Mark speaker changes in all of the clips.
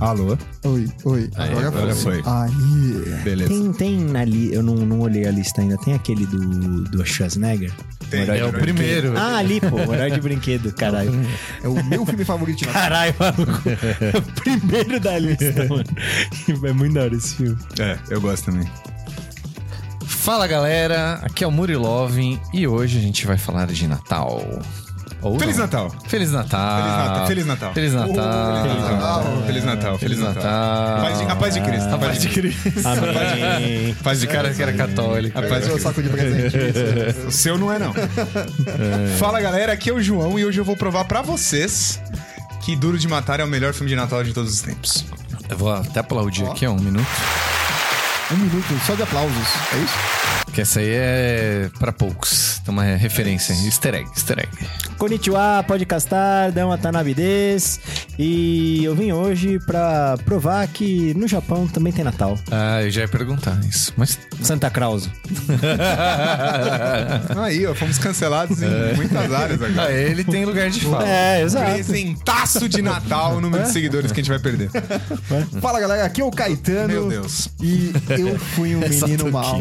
Speaker 1: Alô?
Speaker 2: Oi, oi.
Speaker 1: Aí, agora foi.
Speaker 2: Aí.
Speaker 1: Beleza.
Speaker 3: Tem, tem ali, eu não, não olhei a lista ainda, tem aquele do, do Schwarzenegger?
Speaker 1: Tem,
Speaker 3: Horário
Speaker 4: É o
Speaker 3: de brinquedo.
Speaker 4: primeiro.
Speaker 3: Ah, ali, pô, horário de brinquedo, caralho.
Speaker 2: É o meu filme favorito. né?
Speaker 3: Caralho, maluco. É o primeiro da lista, mano. É muito da hora esse filme.
Speaker 1: É, eu gosto também.
Speaker 4: Fala galera, aqui é o Murilovin e hoje a gente vai falar de Natal. Ou
Speaker 1: Feliz
Speaker 4: não.
Speaker 1: Natal.
Speaker 4: Feliz Natal!
Speaker 1: Feliz Natal.
Speaker 4: Feliz Natal!
Speaker 1: Feliz Natal. Feliz Natal.
Speaker 4: Feliz Natal!
Speaker 1: Paz de, a paz de Cristo.
Speaker 4: A paz de Cristo!
Speaker 3: Amém.
Speaker 1: Paz de
Speaker 4: Esse cara
Speaker 1: Cristo.
Speaker 4: que era católico.
Speaker 1: A paz de
Speaker 2: Seu
Speaker 1: Cristo.
Speaker 2: saco de presente.
Speaker 1: O seu não é, não. Fala, galera. Aqui é o João e hoje eu vou provar pra vocês que Duro de Matar é o melhor filme de Natal de todos os tempos.
Speaker 4: Eu vou até aplaudir aqui, ó, um minuto.
Speaker 2: Um minuto só de aplausos. É isso?
Speaker 4: Que essa aí é pra poucos. Tem uma referência. Easter egg, easter egg.
Speaker 3: Konnichiwa, pode castar, dá uma tanabides. E eu vim hoje pra provar que no Japão também tem Natal.
Speaker 4: Ah, eu já ia perguntar isso. Mas.
Speaker 3: Santa Claus.
Speaker 1: Aí, ó, fomos cancelados
Speaker 4: É.
Speaker 1: em muitas áreas agora.
Speaker 4: ah, ele tem lugar de fala.
Speaker 3: É, exato.
Speaker 1: Presentaço de Natal, o número
Speaker 4: É.
Speaker 1: de seguidores que a gente vai perder.
Speaker 2: Fala galera, aqui é o Caetano.
Speaker 1: Meu Deus.
Speaker 2: E eu fui um menino mal.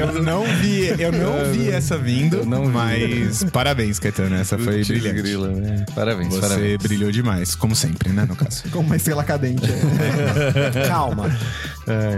Speaker 1: Eu não vi, eu não vi essa vindo,
Speaker 4: não vi.
Speaker 1: mas parabéns, Caetano. Essa foi
Speaker 4: Putz,
Speaker 1: brilhante.
Speaker 4: grila, né? Parabéns,
Speaker 1: Você
Speaker 4: parabéns.
Speaker 1: brilhou demais, como sempre, né, no caso.
Speaker 2: Como uma estrela cadente.
Speaker 3: Calma.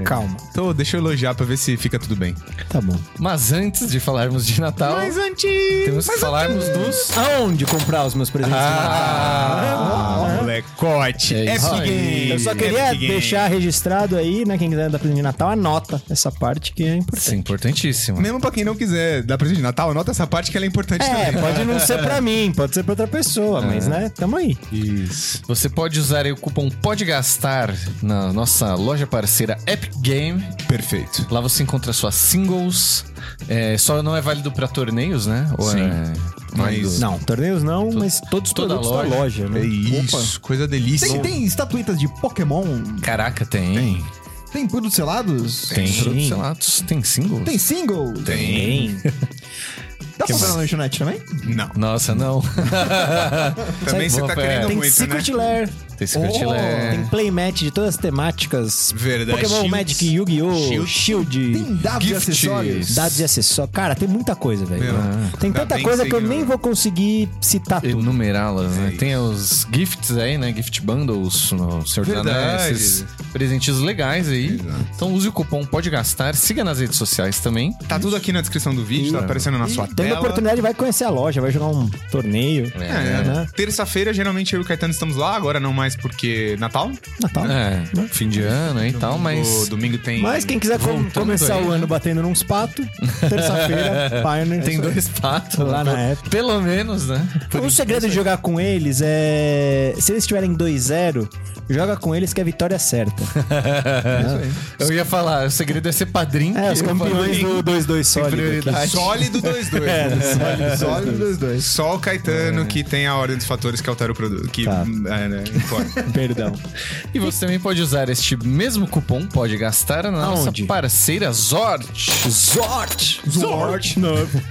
Speaker 3: Calma.
Speaker 1: Então, deixa eu elogiar pra ver se fica tudo bem.
Speaker 3: É. Tá bom.
Speaker 4: Mas antes de falarmos de Natal,
Speaker 1: antes...
Speaker 4: temos que falarmos dos.
Speaker 3: Aonde comprar os meus presentes de Natal?
Speaker 1: Ah, molecote.
Speaker 4: É isso
Speaker 1: Epic
Speaker 4: aí.
Speaker 1: Game.
Speaker 3: Eu só queria
Speaker 1: Epic Game.
Speaker 3: deixar registrado aí, né? Quem quiser dar presente de Natal, anota essa parte que é importante.
Speaker 4: Sim, importantíssimo.
Speaker 1: Mesmo pra quem não quiser dar presente de Natal, anota essa parte que ela é importante
Speaker 3: É,
Speaker 1: também.
Speaker 3: pode não ser pra mim, pode ser pra outra
Speaker 1: É.
Speaker 3: pessoa, mas né, tamo aí.
Speaker 1: Isso.
Speaker 4: Você pode usar aí o cupom Pode Gastar na nossa loja parceira Epic Game.
Speaker 1: Perfeito.
Speaker 4: Lá você encontra suas singles. É, só não é válido pra torneios, né? Ou
Speaker 1: Sim.
Speaker 4: é
Speaker 1: Mas-
Speaker 4: válido-
Speaker 3: Não, torneios não, mas todos os
Speaker 4: toda
Speaker 3: produtos
Speaker 4: loja.
Speaker 3: da loja,
Speaker 1: É
Speaker 3: né?
Speaker 1: isso, coisa delícia.
Speaker 2: Tem, tem estatuetas de Pokémon?
Speaker 4: Caraca, tem.
Speaker 2: Tem produtos selados?
Speaker 4: Tem,
Speaker 3: Sim.
Speaker 4: produtos selados, tem singles.
Speaker 2: Tem singles?
Speaker 3: Tem.
Speaker 2: Dá pra comprar na lanchonete também?
Speaker 1: Não.
Speaker 4: Nossa, não.
Speaker 1: Também você tá
Speaker 4: Boa, Fé.
Speaker 1: querendo
Speaker 3: Tem
Speaker 1: muito, né? É.
Speaker 3: Secret Lair.
Speaker 4: tem Secret Lair.
Speaker 3: Tem playmat de todas as temáticas.
Speaker 1: Verdade.
Speaker 3: Pokémon
Speaker 1: Shields.
Speaker 3: Magic, Yu-Gi-Oh!
Speaker 1: Shield.
Speaker 3: Shield.
Speaker 2: Tem dados e
Speaker 4: Gifts.
Speaker 2: acessórios?
Speaker 3: Dados de acessório. Cara, tem muita coisa, velho.
Speaker 1: Meu,
Speaker 3: Tem
Speaker 1: ainda
Speaker 3: tanta
Speaker 1: bem
Speaker 3: coisa
Speaker 1: você
Speaker 3: que eu nem
Speaker 1: ignorou.
Speaker 3: vou conseguir citar tudo.
Speaker 4: Enumerá-las, né?
Speaker 1: É
Speaker 4: Tem os gifts aí, né? Gift bundles, no Senhor dos
Speaker 1: Verdade.
Speaker 4: Anéis, esses presentes legais aí.
Speaker 1: Exato.
Speaker 4: Então use o cupom Pode Gastar, siga nas redes sociais também.
Speaker 1: Tá tudo aqui na descrição do vídeo, tá aparecendo na sua
Speaker 3: Tendo a
Speaker 1: tela.
Speaker 3: oportunidade, vai conhecer a loja, vai jogar um torneio.
Speaker 1: É,
Speaker 3: né?
Speaker 1: Terça-feira, geralmente eu e o Caetano estamos lá, agora não mais porque Natal.
Speaker 3: Natal.
Speaker 4: É, fim de ano aí e tal,
Speaker 1: O
Speaker 4: mas.
Speaker 1: domingo tem.
Speaker 3: Mas quem quiser com-
Speaker 4: Voltando
Speaker 3: começar
Speaker 4: aí,
Speaker 3: o
Speaker 4: né?
Speaker 3: ano batendo num patos, terça-feira, Pioneer.
Speaker 4: É, Tem dois patos
Speaker 3: Lá na
Speaker 4: pelo-
Speaker 3: Epic.
Speaker 4: Pelo menos, né?
Speaker 3: O segredo de jogar com eles é. Se eles tiverem 2-0, joga com eles que é a vitória certa.
Speaker 4: Eu ia falar, o segredo é ser padrinho.
Speaker 3: É, os
Speaker 4: Eu
Speaker 3: campeões
Speaker 4: falei,
Speaker 3: do 2-2
Speaker 4: tem
Speaker 3: sólido.
Speaker 4: prioridade.
Speaker 1: Sólido 2-2. É,
Speaker 2: Sólidos dos dois.
Speaker 1: Só o Caetano que tem a ordem dos fatores que altera o produto. Que
Speaker 3: Tá.
Speaker 1: é, né, importa.
Speaker 3: aqui. Perdão.
Speaker 4: E você também pode usar este mesmo cupom, pode gastar na nossa
Speaker 3: Aonde?
Speaker 4: parceira Zort. Zort!
Speaker 3: Sorte
Speaker 1: é
Speaker 3: novo.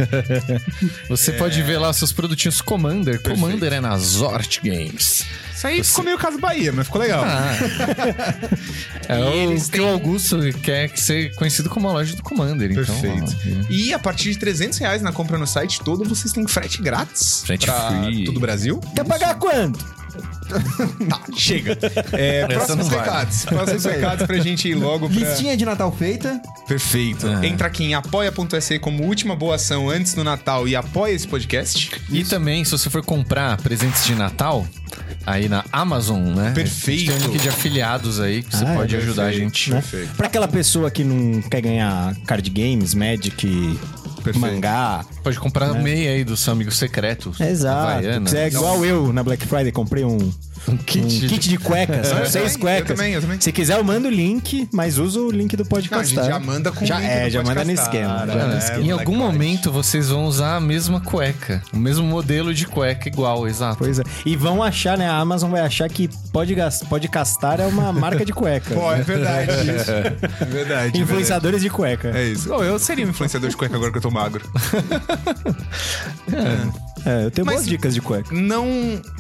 Speaker 4: Você pode ver lá os seus produtinhos Commander. Commander é na Zort Games. Ah.
Speaker 1: Isso aí ficou meio caso Bahia, mas ficou legal.
Speaker 4: É o que o Augusto quer que ser conhecido como a loja do Commander.
Speaker 1: Perfeito.
Speaker 4: Então, ó,
Speaker 1: E a partir de 300 reais na compra no site todo, vocês têm frete grátis.
Speaker 4: Frete
Speaker 1: pra
Speaker 4: free.
Speaker 1: todo o Brasil.
Speaker 3: Quer pagar quanto?
Speaker 1: Tá, chega. É,
Speaker 4: Essa
Speaker 1: próximos
Speaker 4: não vale.
Speaker 1: recados. Próximos recados pra gente ir logo pra...
Speaker 2: Listinha de Natal feita.
Speaker 1: Perfeito. Entra aqui em apoia.se como última boa ação antes do Natal e apoia esse podcast.
Speaker 4: E também, se você for comprar presentes de Natal, aí na Amazon, né?
Speaker 1: Perfeito.
Speaker 4: A gente Tem um link de afiliados aí que você
Speaker 3: Ah, é,
Speaker 4: pode ajudar a gente.
Speaker 3: Né?
Speaker 1: Perfeito.
Speaker 3: Pra aquela pessoa que não quer ganhar card games, Magic,
Speaker 1: Perfeito.
Speaker 3: mangá.
Speaker 4: Pode
Speaker 1: É.
Speaker 4: comprar meia aí do seu amigo secreto.
Speaker 3: Exato.
Speaker 4: Havaiana.
Speaker 3: Você é igual eu na Black Friday, comprei um
Speaker 4: Um kit.
Speaker 3: Um kit de cuecas,
Speaker 1: Eu
Speaker 3: seis
Speaker 1: também, eu
Speaker 3: cuecas.
Speaker 1: também, eu também.
Speaker 3: Se quiser, eu mando o link, mas usa o link do tá? Pode
Speaker 1: Não, a gente
Speaker 3: Castar.
Speaker 1: já manda com
Speaker 3: Já
Speaker 1: link
Speaker 3: é,
Speaker 1: do
Speaker 3: já
Speaker 1: Pode
Speaker 3: manda no
Speaker 1: Castar,
Speaker 3: esquema, já
Speaker 1: né?
Speaker 3: manda no
Speaker 1: É,
Speaker 3: esquema.
Speaker 4: Em
Speaker 1: Black
Speaker 4: algum
Speaker 1: Lives.
Speaker 4: momento vocês vão usar a mesma cueca, o mesmo modelo de cueca igual, exato.
Speaker 3: Pois é. E vão achar, né? A Amazon vai achar que Pode, Gas- Pode Castar é uma marca de cueca.
Speaker 1: Pô, é verdade isso. É verdade.
Speaker 3: Influenciadores de
Speaker 1: verdade.
Speaker 3: cueca.
Speaker 1: É isso. Ô, eu seria um influenciador de cueca agora que eu tô magro.
Speaker 3: É, eu tenho
Speaker 1: Mas-
Speaker 3: boas dicas de cueca.
Speaker 1: Não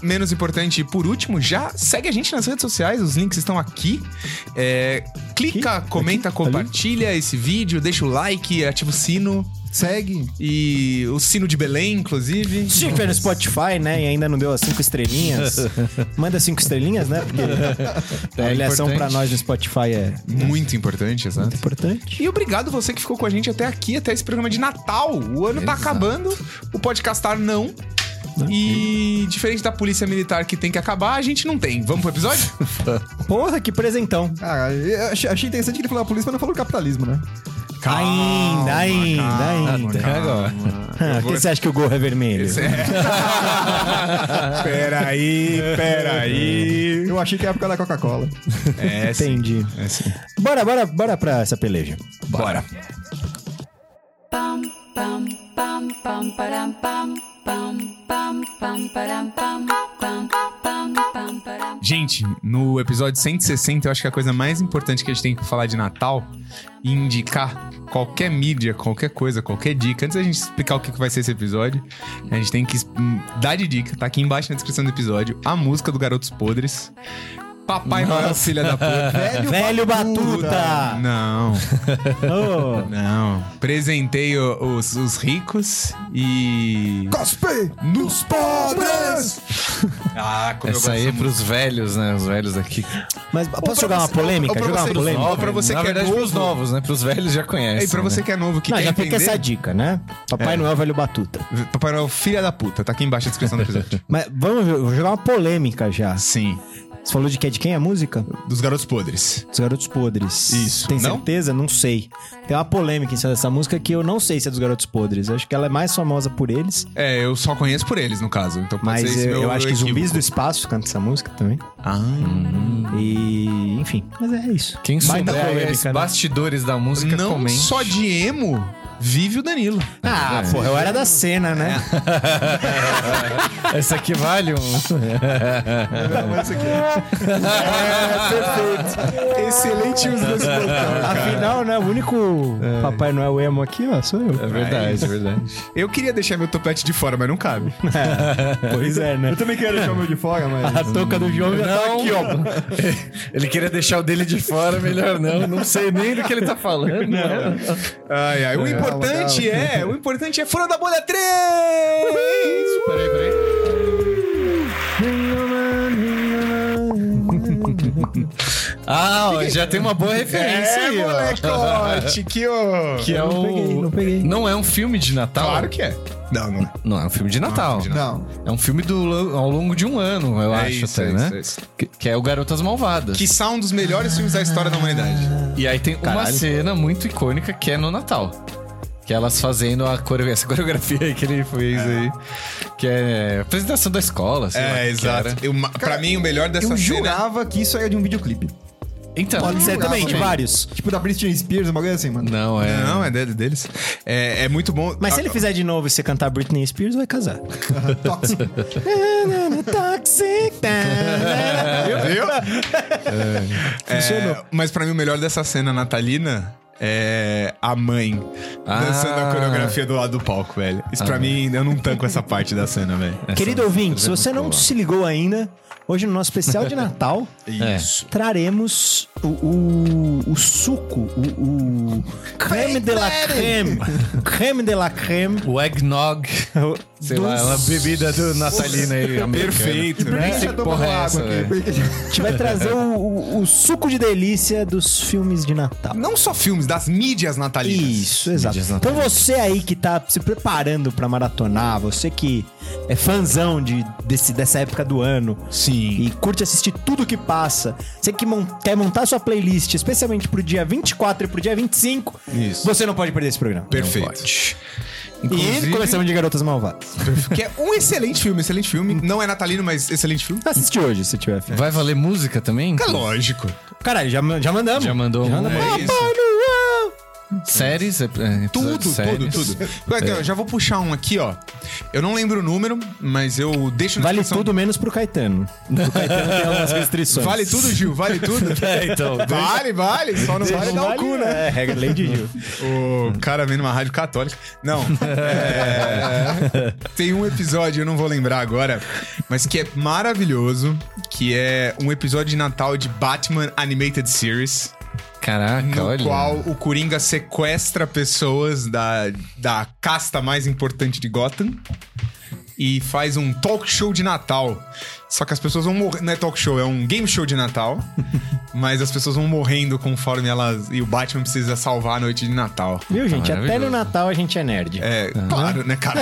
Speaker 1: menos importante, por último, já segue a gente nas redes sociais, os links estão aqui. É, clica, comenta, compartilha esse vídeo, deixa o like, ativa o sino
Speaker 2: Segue.
Speaker 1: e o sino de Belém, inclusive.
Speaker 3: Se tiver no Spotify, né, e ainda não deu as cinco estrelinhas, manda cinco estrelinhas, né?
Speaker 1: É
Speaker 3: Porque a avaliação pra
Speaker 4: importante.
Speaker 3: nós no Spotify é
Speaker 1: Muito importante, exato.
Speaker 3: importante.
Speaker 1: E obrigado você que ficou com a gente até aqui, até esse programa de Natal. O ano tá
Speaker 4: Exato.
Speaker 1: acabando, o podcastar não. E diferente da polícia militar que tem que acabar, a gente não tem. Vamos pro episódio?
Speaker 3: Porra, que presentão.
Speaker 2: Ah, eu achei, achei interessante que ele falou a polícia, mas não falou capitalismo, né?
Speaker 3: ainda, ainda, ainda.
Speaker 4: Agora.
Speaker 3: Ah,
Speaker 1: Eu
Speaker 3: Por
Speaker 1: vou-
Speaker 3: que você acha que o gorro é vermelho?
Speaker 1: peraí, peraí.
Speaker 2: Eu achei que era por causa da Coca-Cola.
Speaker 1: É, sim,
Speaker 3: Entendi.
Speaker 1: é sim.
Speaker 3: Bora, bora, bora pra essa peleja.
Speaker 1: Bora.
Speaker 5: Pam pam pam pam param pam pam pam pam param pam pam pam pam param
Speaker 1: Gente, no episódio 160, eu acho que a coisa mais importante que a gente tem que falar de Natal e indicar qualquer mídia, qualquer coisa, qualquer dica. Antes da gente explicar o que que vai ser esse episódio, a gente tem que hum, dar de dica, tá aqui embaixo na descrição do episódio, a música do Garotos Podres. Papai Noel, filha da puta.
Speaker 3: Velho
Speaker 4: Ah.
Speaker 2: Batuta.
Speaker 3: Batuta!
Speaker 1: Não,
Speaker 3: Ô,
Speaker 1: não. Presentei o- os, os ricos e.
Speaker 2: Cospe!
Speaker 1: Nos pobres! Ah, como eu gosto
Speaker 4: Essa aí é pros velhos, né? Os velhos aqui.
Speaker 3: mas
Speaker 1: pra
Speaker 3: posso jogar uma
Speaker 1: você- ou- ou
Speaker 3: polêmica?
Speaker 1: pra
Speaker 3: Jogar
Speaker 1: você-
Speaker 3: uma polêmica?
Speaker 1: Ou pra você
Speaker 4: Na
Speaker 1: que é
Speaker 4: verdade, pros
Speaker 1: novo.
Speaker 4: novos, né? Pros velhos já conhecem.
Speaker 1: E pra você
Speaker 4: né?
Speaker 1: que é novo, que
Speaker 3: Não,
Speaker 1: quer
Speaker 3: já fica
Speaker 1: entender...
Speaker 3: essa dica, né?
Speaker 1: É.
Speaker 3: Papai Noel, velho Batuta.
Speaker 1: Papai Noel, filha da puta, tá aqui embaixo na descrição do episódio.
Speaker 3: Mas vamos jo- vou jogar uma polêmica já.
Speaker 1: Sim.
Speaker 3: Você falou de que é de quem a música?
Speaker 1: Dos garotos podres.
Speaker 3: Dos Garotos Podres.
Speaker 1: Isso.
Speaker 3: Tem
Speaker 1: Não?
Speaker 3: certeza? Não sei. Tem uma polêmica em cima dessa música que eu não sei se é dos Garotos Podres. Eu acho que ela é mais famosa por eles.
Speaker 1: É, eu só conheço por eles, no caso. Então pode ser
Speaker 3: Mas
Speaker 1: esse
Speaker 3: eu,
Speaker 1: meu
Speaker 3: eu acho que
Speaker 1: equívoco.
Speaker 3: Zumbis do Espaço canta essa música também.
Speaker 1: Ah,
Speaker 3: E, enfim, mas é isso.
Speaker 4: Quem
Speaker 3: Vai
Speaker 4: souber
Speaker 3: dar
Speaker 4: aí
Speaker 3: polêmica,
Speaker 4: os
Speaker 3: né?
Speaker 4: bastidores da música,
Speaker 1: não
Speaker 4: comente.
Speaker 1: só de emo vive o Danilo.
Speaker 3: Ah, porra, eu era da cena,
Speaker 1: É,
Speaker 3: né?
Speaker 4: Essa aqui vale um...
Speaker 3: perfeito. Excelente uso desse
Speaker 4: É
Speaker 3: botão. Afinal, né? O único Papai Noel emo aqui, ó, sou eu.
Speaker 4: É verdade, é verdade.
Speaker 1: Eu queria deixar meu topete de fora, mas não cabe.
Speaker 3: Pois é, né?
Speaker 2: Eu também quero deixar o meu de fora,
Speaker 3: A
Speaker 2: mas.
Speaker 3: touca do João já tá aqui, ó.
Speaker 4: Ele queria deixar o dele de fora, melhor não. Não sei nem do que ele tá falando.
Speaker 1: Ai, ai. O importante é... O importante é Fora da Bolha 3!
Speaker 4: Peraí, peraí. Ah, ó, já tem uma boa referência
Speaker 1: É,
Speaker 4: aí, ó.
Speaker 1: molecote, que ô...
Speaker 4: Que é o...
Speaker 3: peguei, não peguei.
Speaker 4: é um filme de Natal.
Speaker 1: Claro que é. Não, não é.
Speaker 4: Não, é um filme de Natal.
Speaker 2: Não.
Speaker 4: É um filme do, lo- ao longo de um ano, eu
Speaker 1: É
Speaker 4: acho
Speaker 1: isso,
Speaker 4: até,
Speaker 1: é
Speaker 4: né?
Speaker 1: isso, é isso.
Speaker 4: Que, que é o Garotas Malvadas.
Speaker 1: Que são um dos melhores filmes da história da humanidade.
Speaker 4: E aí tem uma
Speaker 3: Caralho.
Speaker 4: cena muito icônica que é no Natal. Que é elas fazendo a core... essa coreografia aí que ele fez aí. Que é apresentação da escola, sei lá o que
Speaker 1: É,
Speaker 4: que
Speaker 1: exato.
Speaker 4: era.
Speaker 1: Eu, ma- pra mim, o melhor dessa cena.
Speaker 2: Eu jurava que isso era de um videoclipe.
Speaker 4: Então,
Speaker 3: Pode ser também, de vários.
Speaker 2: Tipo da Britney Spears, uma coisa assim, mano.
Speaker 4: Não, é.
Speaker 1: Não, é dele- deles. É, é muito bom.
Speaker 3: Mas se
Speaker 1: Ah,
Speaker 3: ele fizer de novo e você cantar Britney Spears, vai casar.
Speaker 2: Tóxico.
Speaker 4: É.
Speaker 3: Toxic.
Speaker 1: Ah, Viu? É, mas pra mim, o melhor dessa cena natalina é a mãe dançando a
Speaker 4: Ah.
Speaker 1: coreografia do lado do palco, velho. Isso pra mim, eu não tanco essa parte da cena, velho.
Speaker 3: Querido ouvinte, se você não
Speaker 4: é boa.
Speaker 3: se ligou ainda, hoje no nosso especial de Natal,
Speaker 4: É.
Speaker 1: Isso.
Speaker 3: traremos o, o- o suco, o, o creme de la creme, creme de la creme.
Speaker 4: O eggnog. Sei lá, é uma bebida do natalina aí. americana.
Speaker 1: Perfeito, né?
Speaker 4: Não sei que porra é essa, velho.
Speaker 3: A gente vai trazer o, o- o suco de delícia dos filmes de Natal.
Speaker 1: Não só filmes, das mídias natalinas.
Speaker 3: Isso, exato.
Speaker 4: Mídias
Speaker 3: Então
Speaker 4: natalinas.
Speaker 3: você aí que tá se preparando pra maratonar, você que é fãzão de, desse, dessa época do ano
Speaker 1: Sim.
Speaker 3: e curte assistir tudo que passa, você que mon- quer montar sua playlist, especialmente pro dia 24 e pro dia 25,
Speaker 1: Isso.
Speaker 3: você não pode perder esse programa.
Speaker 1: Perfeito.
Speaker 4: pode.
Speaker 3: E
Speaker 1: Inclusive-
Speaker 3: começamos de Garotas Malvadas.
Speaker 1: Que é um excelente filme, excelente filme. Não é natalino, mas excelente filme.
Speaker 3: Assiste hoje, se tiver. filho.
Speaker 4: Vai valer música também?
Speaker 1: É lógico.
Speaker 3: Caralho, já, ma- já mandamos.
Speaker 4: Já mandou
Speaker 3: Já
Speaker 4: um,
Speaker 3: mandamos.
Speaker 4: é isso.
Speaker 3: Papai Noel!
Speaker 4: Séries? É, é,
Speaker 1: Tudo,
Speaker 4: episódio de
Speaker 1: tudo,
Speaker 4: séries.
Speaker 1: tudo. Então, eu já vou puxar um aqui, ó. Eu não lembro o número, mas eu deixo na
Speaker 3: Vale
Speaker 1: descrição.
Speaker 3: tudo menos pro Caetano. O Caetano tem algumas restrições.
Speaker 1: Vale tudo, Gil? Vale tudo?
Speaker 4: É, então.
Speaker 1: vale, vale. Só não vale dar o cu, né?
Speaker 3: É, regra lei de Gil.
Speaker 1: O cara vem numa rádio católica. Não. é, tem um episódio, eu não vou lembrar agora, mas que é maravilhoso, que é um episódio de Natal de Batman Animated Series,
Speaker 4: Caraca,
Speaker 1: no
Speaker 4: olha.
Speaker 1: qual o Coringa sequestra pessoas da, da casta mais importante de Gotham e faz um talk show de Natal. Só que as pessoas vão morrer. Não é talk show, é um game show de Natal. mas as pessoas vão morrendo conforme elas. E o Batman precisa salvar a noite de Natal.
Speaker 3: Viu, gente? Até
Speaker 4: Maravilhoso.
Speaker 3: no Natal a gente é nerd.
Speaker 1: É, claro, né, cara?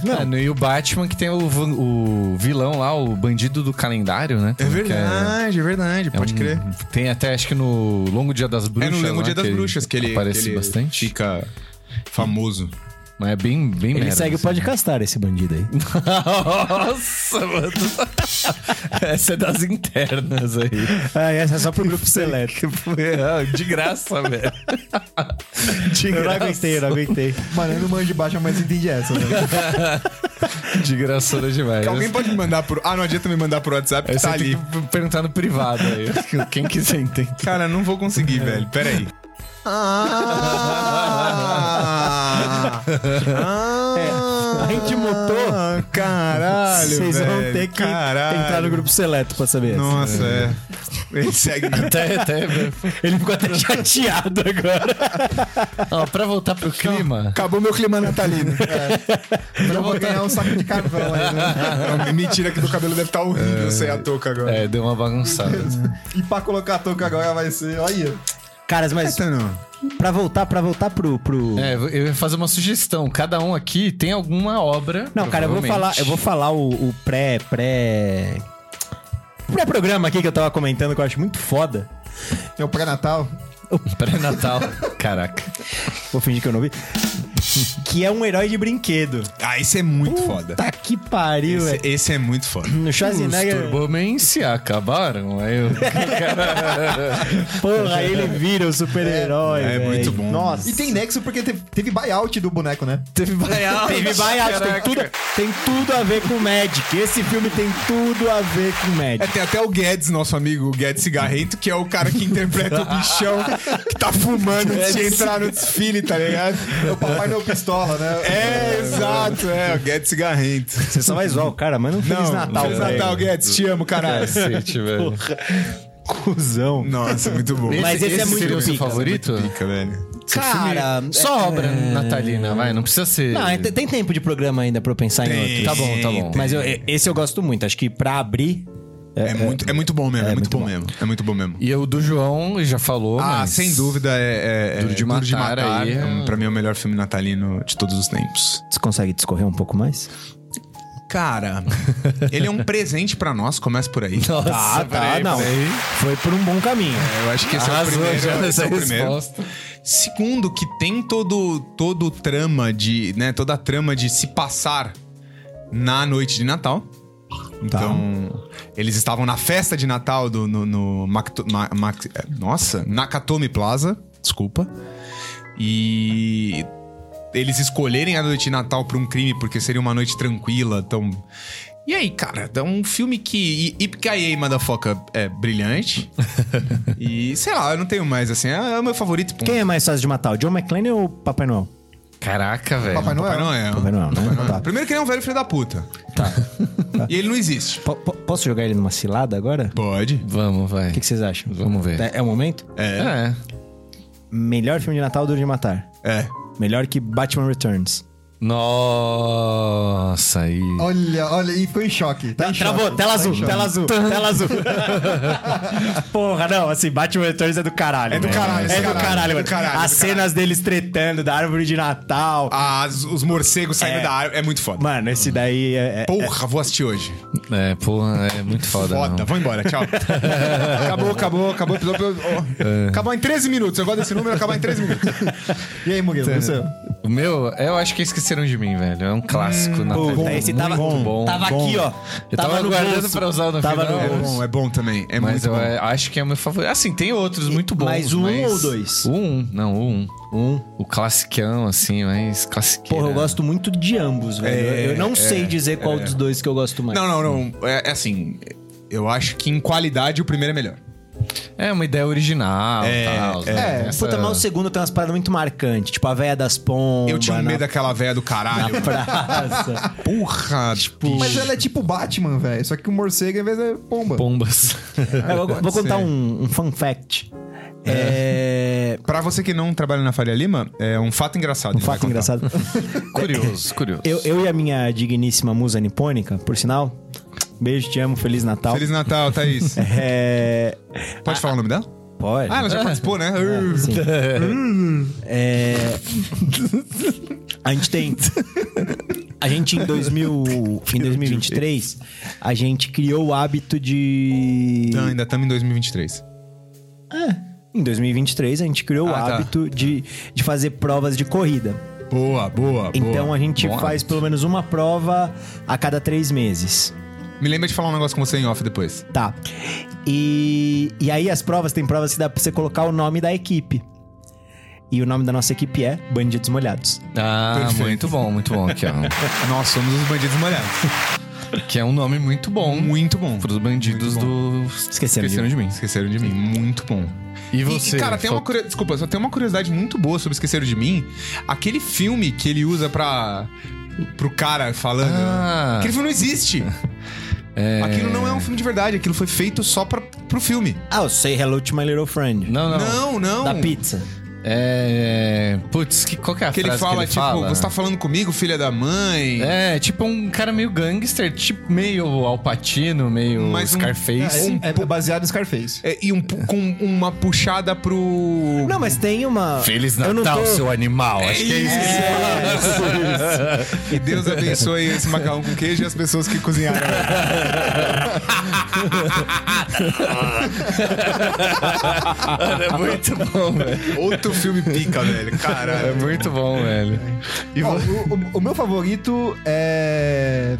Speaker 3: não.
Speaker 4: Ah, no- e o Batman que tem o, van- o vilão lá, o bandido do calendário, né?
Speaker 1: É
Speaker 4: Que
Speaker 1: verdade, é verdade,
Speaker 4: é
Speaker 1: pode
Speaker 4: um-
Speaker 1: crer.
Speaker 4: Tem até, acho que no Longo Dia das
Speaker 1: É
Speaker 4: Bruxas.
Speaker 1: no Lembro
Speaker 4: lá,
Speaker 1: Dia das
Speaker 4: ele
Speaker 1: Bruxas que ele,
Speaker 4: Aparece
Speaker 1: que ele
Speaker 4: bastante.
Speaker 1: fica famoso.
Speaker 4: Mas é bem, bem
Speaker 3: Ele
Speaker 4: merda,
Speaker 3: segue o
Speaker 4: assim.
Speaker 3: podcastar, esse bandido aí.
Speaker 4: Nossa, mano. Essa é das internas aí.
Speaker 3: ah, essa é só pro grupo seleto.
Speaker 4: De graça, velho. De
Speaker 3: Eu não
Speaker 4: graça.
Speaker 3: aguentei, eu não aguentei.
Speaker 2: Mano, eu não manjo de baixo, mas entendi essa, velho.
Speaker 4: De graça demais.
Speaker 1: Alguém pode me mandar por. Ah, não adianta me mandar por WhatsApp,
Speaker 4: Aí
Speaker 1: tá
Speaker 4: você
Speaker 1: ali.
Speaker 4: tem que perguntar no privado aí. Quem quiser entender.
Speaker 1: Cara, não vou conseguir,
Speaker 3: É.
Speaker 1: velho. Peraí. Ah!
Speaker 3: É, A gente mutou.
Speaker 1: Ah, caralho,
Speaker 3: Vocês vão
Speaker 1: velho,
Speaker 3: ter que
Speaker 1: caralho.
Speaker 3: entrar no grupo seleto pra saber. essa.
Speaker 1: Nossa, é. Ele segue.
Speaker 4: Até, até.
Speaker 3: Ele ficou até chateado agora.
Speaker 4: Ó, pra voltar pro clima.
Speaker 1: Acabou meu clima natalino.
Speaker 2: Eu vou ganhar um saco de carvão aí, né?
Speaker 1: É. Mentira que meu cabelo deve estar horrível sem a touca agora.
Speaker 4: É, deu uma bagunçada.
Speaker 2: E pra colocar a touca agora vai ser. Olha.
Speaker 3: Caras, mas
Speaker 1: Então, não.
Speaker 3: pra voltar, pra voltar pro. pro...
Speaker 4: É, eu ia fazer uma sugestão. Cada um aqui tem alguma obra.
Speaker 3: Não, cara, eu vou falar,
Speaker 4: provavelmente.
Speaker 3: eu vou falar o, o pré, pré. Pré-programa aqui que eu tava comentando que eu acho muito foda.
Speaker 2: É o pré-natal.
Speaker 4: Um Pré-natal. Caraca.
Speaker 3: Vou fingir que eu não vi. que é um herói de brinquedo.
Speaker 1: Ah, esse é muito foda.
Speaker 3: Tá que pariu,
Speaker 1: Esse,
Speaker 3: velho.
Speaker 1: esse é muito foda.
Speaker 3: No Schwarzenegger,
Speaker 4: Os Turbomens se acabaram. Aí eu...
Speaker 3: porra, ele vira o super-herói.
Speaker 1: É, é
Speaker 3: velho.
Speaker 1: muito bom.
Speaker 3: Nossa.
Speaker 2: E tem nexo porque teve, teve buyout do boneco, né?
Speaker 4: Teve buyout.
Speaker 3: Teve buyout, tem tudo, tem tudo a ver com o Magic. Esse filme tem tudo a ver com o Magic.
Speaker 1: É, tem até o Guedes, nosso amigo, o Guedes Cigarrento, que é o cara que interpreta o bichão que tá fumando antes de entrar no desfile, tá ligado?
Speaker 2: É o Papai Noel Pistola, né?
Speaker 1: É, exato, é, o Guedes Cigarrento.
Speaker 3: É, Você só vai zoar o cara, mas não Feliz Natal,
Speaker 1: Feliz
Speaker 3: pra ele.
Speaker 1: Natal, Guedes, te amo, caralho.
Speaker 4: Cacete, velho.
Speaker 3: Cuzão.
Speaker 1: Nossa, muito bom.
Speaker 3: Mas esse é muito
Speaker 4: seria o seu
Speaker 3: pica,
Speaker 4: favorito?
Speaker 1: Pica, velho.
Speaker 3: Cara, é-
Speaker 4: Só obra natalina, vai. Não precisa ser.
Speaker 3: Não, ainda tem tempo de programa ainda pra eu pensar em outro.
Speaker 4: Tá bom, tá bom.
Speaker 3: Mas eu- e- esse eu gosto muito. Acho que pra abrir.
Speaker 1: É, muito, é muito bom mesmo, é, muito,
Speaker 3: muito
Speaker 1: bom,
Speaker 3: bom.
Speaker 1: mesmo. É muito bom mesmo.
Speaker 4: E o do João já falou.
Speaker 1: Ah,
Speaker 4: mas-
Speaker 1: sem dúvida, é, é, é
Speaker 4: Duro de Matar aí é um-
Speaker 1: Pra mim é o melhor filme natalino de todos os tempos.
Speaker 3: Você consegue discorrer um pouco mais?
Speaker 1: Cara, ele é um presente pra nós, começa por aí.
Speaker 4: Nossa,
Speaker 3: Ah, tá,
Speaker 4: peraí,
Speaker 3: não.
Speaker 4: peraí.
Speaker 3: Foi por um bom caminho.
Speaker 1: Eu acho que esse
Speaker 4: Arrasou
Speaker 1: é o
Speaker 4: já
Speaker 1: primeiro. esse é
Speaker 4: nessa
Speaker 1: o primeiro.
Speaker 4: resposta.
Speaker 1: Segundo, que tem todo todo trama de, né, toda a trama de se passar na noite de Natal. Então, eles estavam na festa de Natal do, no, no Macto- Ma- Max- eh, nossa, Nakatomi Plaza, desculpa. E eles escolherem a noite de Natal pra um crime porque seria uma noite tranquila, então e aí, cara, é um filme que Ipkaye Madafoca é brilhante. e sei lá, eu não tenho mais assim. É, é o meu favorito. ponto.
Speaker 3: Quem é mais fácil de matar? O John McClane ou o Papai Noel?
Speaker 4: Caraca, velho.
Speaker 2: Papai Noel.
Speaker 1: Papai Noel.
Speaker 3: Papai Noel, né?
Speaker 1: Papai Noel.
Speaker 3: Tá.
Speaker 1: Primeiro que ele é um velho filho da puta.
Speaker 3: Tá.
Speaker 1: E ele não existe.
Speaker 3: Po- po- posso jogar ele numa cilada agora?
Speaker 1: Pode.
Speaker 4: Vamos, vai.
Speaker 3: O que, que vocês acham?
Speaker 4: Vamos ver.
Speaker 3: É, é o momento?
Speaker 4: É.
Speaker 3: Melhor filme de Natal Duro de Matar.
Speaker 1: É.
Speaker 3: Melhor que Batman Returns.
Speaker 4: Nossa, aí.
Speaker 2: Olha, olha, e ficou em choque. Tá em choque. Tá em choque.
Speaker 3: azul, tela azul. Porra, não, assim, Batman Returns é do caralho. É
Speaker 1: do caralho,
Speaker 3: é
Speaker 1: é
Speaker 3: do
Speaker 1: do
Speaker 3: caralho,
Speaker 1: caralho, é
Speaker 3: mano.
Speaker 1: do caralho,
Speaker 3: As
Speaker 1: é do caralho.
Speaker 3: cenas deles tretando da árvore de Natal.
Speaker 1: As- os morcegos saindo
Speaker 3: É.
Speaker 1: da árvore. É muito foda.
Speaker 3: Mano, esse daí é. é-
Speaker 1: Porra, vou assistir hoje.
Speaker 4: É, porra, é muito foda.
Speaker 1: Foda,
Speaker 4: não.
Speaker 1: vou embora, tchau. acabou, acabou, acabou o
Speaker 3: É.
Speaker 1: episódio. Ó, Acabou em 13 minutos. Eu gosto desse número, acabar em 13 minutos.
Speaker 2: E aí, Murilo, você?
Speaker 4: O meu, é, eu acho que esqueceram de mim, velho. É um clássico natalino.
Speaker 1: puta,
Speaker 3: Hum, esse
Speaker 4: Muito
Speaker 3: tava-
Speaker 4: bom.
Speaker 3: Tava
Speaker 1: bom.
Speaker 3: aqui, ó.
Speaker 4: Eu tava,
Speaker 3: no
Speaker 4: guardando
Speaker 3: bolso.
Speaker 4: pra usar no
Speaker 3: Tava
Speaker 4: final.
Speaker 1: É
Speaker 3: no bolso.
Speaker 1: bom, é bom também. É
Speaker 4: mas
Speaker 1: muito
Speaker 4: eu
Speaker 1: bom.
Speaker 4: é, acho que é o meu favorito. Assim, tem outros muito bons.
Speaker 3: Mas o um
Speaker 4: mas-
Speaker 3: ou dois?
Speaker 4: O um, não, o um. Um. O classicão, assim, mas classiqueiro.
Speaker 3: Porra, eu gosto muito de ambos, velho.
Speaker 1: É,
Speaker 3: eu eu não sei dizer qual dos dois que eu gosto mais.
Speaker 1: Não, não, não. É, é assim, eu acho que em qualidade o primeiro é melhor.
Speaker 4: É uma ideia original e tal. né?
Speaker 3: É,
Speaker 4: Essa-
Speaker 3: puta, mas o segundo tem umas paradas muito marcantes. Tipo, a véia das pombas.
Speaker 1: eu tinha um
Speaker 3: na
Speaker 1: medo daquela véia do caralho.
Speaker 3: praça.
Speaker 1: Porra, tipo.
Speaker 2: Mas ela é tipo Batman, velho. Só que o morcego, em vez é pomba.
Speaker 4: Pombas.
Speaker 3: Eu vou, vou contar
Speaker 1: ser.
Speaker 3: um, um fun fact. É.
Speaker 1: Pra você que não trabalha na Faria Lima, é um fato engraçado.
Speaker 3: um fato engraçado.
Speaker 4: curioso, curioso.
Speaker 3: Eu, eu e a minha digníssima musa nipônica, por sinal. Beijo, te amo, Feliz Natal.
Speaker 1: Feliz Natal, Thaís.
Speaker 3: É.
Speaker 1: Pode falar o nome dela?
Speaker 3: Pode.
Speaker 1: Ah, ela
Speaker 4: É.
Speaker 1: já participou, né? Uh,
Speaker 3: Sim.
Speaker 1: Hum.
Speaker 3: É, A gente tem. A gente em, 2000, em 2023, a gente criou o hábito de.
Speaker 1: Não, ainda estamos em 2023.
Speaker 3: Em 2023, a gente criou o
Speaker 1: Ah, tá.
Speaker 3: hábito de, de fazer provas de corrida.
Speaker 1: Boa, boa,
Speaker 3: Então
Speaker 1: boa.
Speaker 3: a gente
Speaker 1: Bom
Speaker 3: faz pelo menos uma prova a cada três meses.
Speaker 1: Me lembra de falar um negócio com você em off depois.
Speaker 3: Tá. E, e aí as provas, tem provas que dá pra você colocar o nome da equipe. E o nome da nossa equipe é Bandidos Molhados.
Speaker 4: Ah,
Speaker 1: Perfeito.
Speaker 4: muito bom, muito bom. Aqui, ó.
Speaker 1: Nós somos os bandidos molhados.
Speaker 4: que é um nome muito bom.
Speaker 1: Muito bom.
Speaker 4: Pros bandidos
Speaker 1: Muito
Speaker 4: do.
Speaker 3: Esqueceram de
Speaker 4: Esqueceram de mim.
Speaker 1: Esqueceram de mim. Muito bom.
Speaker 4: E
Speaker 1: E,
Speaker 4: você?
Speaker 1: e, cara, tem uma
Speaker 4: Fal-
Speaker 1: curiosidade. Desculpa, só tem uma curiosidade muito boa sobre Esqueceram de Mim. Aquele filme que ele usa pra. pro cara falando.
Speaker 4: Ah.
Speaker 1: Aquele filme não existe. Aquilo não é um filme de verdade, aquilo foi feito só pra, pro filme.
Speaker 3: Ah, eu sei Hello to My Little Friend.
Speaker 4: Não, não.
Speaker 1: Não, não.
Speaker 3: Da pizza.
Speaker 4: É. Putz, que, qual que é a
Speaker 1: Que ele
Speaker 4: frase
Speaker 1: fala,
Speaker 4: que ele
Speaker 1: tipo,
Speaker 4: fala?
Speaker 1: você tá falando comigo, filha da mãe.
Speaker 4: É, tipo um cara meio gangster, tipo meio Alpatino, meio
Speaker 1: Mas um-
Speaker 4: Scarface.
Speaker 1: um-
Speaker 2: É, é baseado em Scarface.
Speaker 1: É, e um pu- com uma puxada pro.
Speaker 3: Não, mas tem uma.
Speaker 4: Feliz
Speaker 3: Eu não
Speaker 4: Natal,
Speaker 3: tô-
Speaker 4: seu animal. Acho que é isso.
Speaker 1: Que Deus abençoe esse macarrão com queijo e as pessoas que cozinharam.
Speaker 4: É muito bom, velho.
Speaker 1: Outro filme pica, velho.
Speaker 4: É
Speaker 1: Caralho.
Speaker 4: muito bom, velho. E
Speaker 2: Ó,
Speaker 4: vo-
Speaker 2: o, o- o meu favorito é.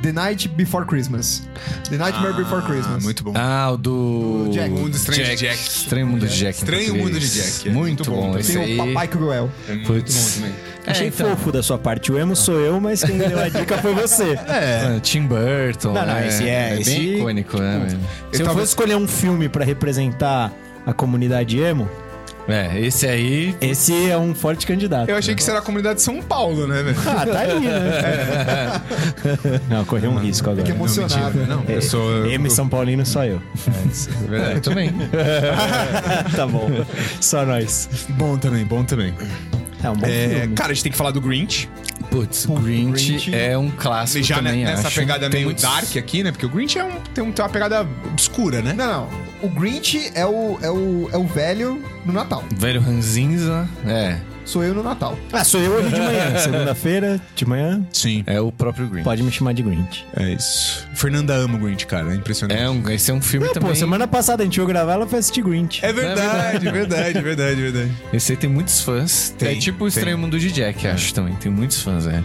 Speaker 2: The Night Before Christmas. The Nightmare Before Christmas.
Speaker 1: Muito bom.
Speaker 4: Ah, o do.
Speaker 2: O Jack.
Speaker 1: Mundo Estranho de Jack.
Speaker 4: Estranho Mundo de Jack. em
Speaker 1: Estranho
Speaker 4: português.
Speaker 1: Mundo de Jack, é
Speaker 4: Muito,
Speaker 1: muito bom
Speaker 4: bom,
Speaker 1: também.
Speaker 4: esse
Speaker 2: Tem
Speaker 4: aí.
Speaker 2: o Papai Cruel.
Speaker 1: É muito
Speaker 4: Putz.
Speaker 1: bom também.
Speaker 3: Achei
Speaker 4: É, então.
Speaker 3: fofo da sua parte. O emo sou eu, mas quem deu a dica foi você.
Speaker 1: É,
Speaker 4: Ah, Tim Burton.
Speaker 3: Não, não,
Speaker 4: né?
Speaker 3: esse é-
Speaker 4: bem
Speaker 3: esse-
Speaker 4: icônico, né, velho?
Speaker 3: Se eu
Speaker 1: tava-
Speaker 3: fosse escolher um filme pra representar a comunidade emo,
Speaker 4: É, esse aí.
Speaker 3: esse é um forte candidato.
Speaker 1: Eu achei que será a comunidade de São Paulo, né, velho?
Speaker 3: Ah, tá aí, né? Não, correu um risco agora.
Speaker 2: Fiquei é emocionado.
Speaker 1: Não, é eu sou.
Speaker 3: M São Paulino sou eu.
Speaker 4: É, também.
Speaker 3: tá bom. Só nós.
Speaker 1: Bom também, bom também.
Speaker 3: É um bom
Speaker 1: É,
Speaker 3: filme.
Speaker 1: cara, a gente tem que falar do Grinch.
Speaker 4: Putz, Grinch, é um clássico
Speaker 1: já
Speaker 4: também,
Speaker 1: nessa
Speaker 4: acho.
Speaker 1: pegada
Speaker 4: Tem
Speaker 1: meio
Speaker 4: muitos-
Speaker 1: dark aqui, né? Porque o Grinch é um, tem, um- tem uma pegada obscura, né?
Speaker 2: Não, não. O Grinch é o, é, o, é o velho no Natal.
Speaker 4: Velho Ranzinza, é.
Speaker 2: Sou eu no Natal.
Speaker 3: Ah, sou eu hoje de manhã. Segunda-feira, de manhã,
Speaker 1: Sim.
Speaker 4: É o próprio Grinch.
Speaker 3: pode me chamar de Grinch.
Speaker 1: É isso. Fernanda ama o Grinch, cara. É impressionante.
Speaker 4: É um, esse é um filme também.
Speaker 3: Pô, semana passada a gente foi gravar, ela foi assistir Grinch.
Speaker 1: É verdade, verdade, verdade, verdade.
Speaker 4: Esse aí tem muitos fãs.
Speaker 1: Tem,
Speaker 4: é tipo o
Speaker 1: tem.
Speaker 4: Estranho Mundo de Jack, acho também. Tem muitos fãs, velho.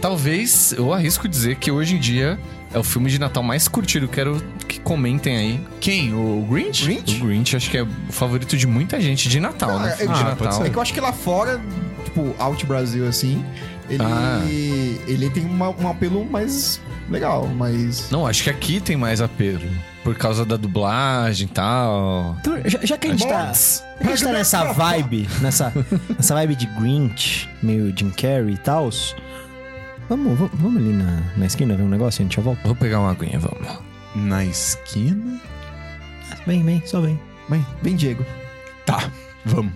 Speaker 4: Talvez, eu arrisco dizer que hoje em dia é o filme de Natal mais curtido. Quero que comentem aí.
Speaker 1: Quem? O Grinch?
Speaker 4: O Grinch acho que é o favorito de muita gente de Natal,
Speaker 2: Ah,
Speaker 4: né?
Speaker 2: é-
Speaker 4: Filme de
Speaker 2: ah,
Speaker 4: Natal.
Speaker 2: É que eu acho que lá fora, tipo, Out Brasil, assim, ele,
Speaker 4: Ah.
Speaker 2: ele tem uma- um apelo mais legal, mas.
Speaker 4: Não, acho que aqui tem mais apelo. Por causa da dublagem e tal.
Speaker 3: Então, já, já que a gente tá, a gente tá nessa vibe, nessa, nessa vibe de Grinch, meio Jim Carrey e tals, vamos, vamos, vamos ali na, na esquina ver um negócio e a gente já volta.
Speaker 4: Vou pegar uma aguinha, vamos.
Speaker 1: Na esquina?
Speaker 3: Vem, vem, só vem.
Speaker 2: Mãe, vem, Diego.
Speaker 1: Tá, vamos.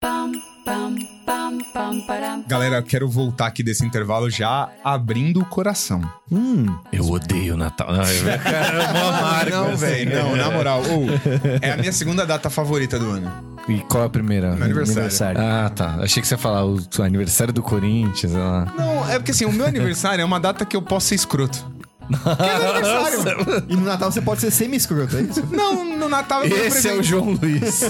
Speaker 5: pam pam pam pam param
Speaker 1: Galera, quero voltar aqui desse intervalo já abrindo o coração.
Speaker 3: Hum,
Speaker 4: Eu odeio Natal. Não, eu- cara, eu vou amar.
Speaker 1: não, velho, não, na moral. Ô, é a minha segunda data favorita do ano.
Speaker 4: E qual é a primeira?
Speaker 1: Meu aniversário.
Speaker 3: aniversário.
Speaker 4: Ah, tá. Achei que você ia falar o o aniversário do Corinthians, sei lá.
Speaker 1: Não, é porque assim, o meu aniversário é uma data que eu posso ser escroto. é
Speaker 2: E no Natal você pode ser semi-escroto, é isso?
Speaker 1: Não, no Natal eu ganho presente.
Speaker 4: João Luiz.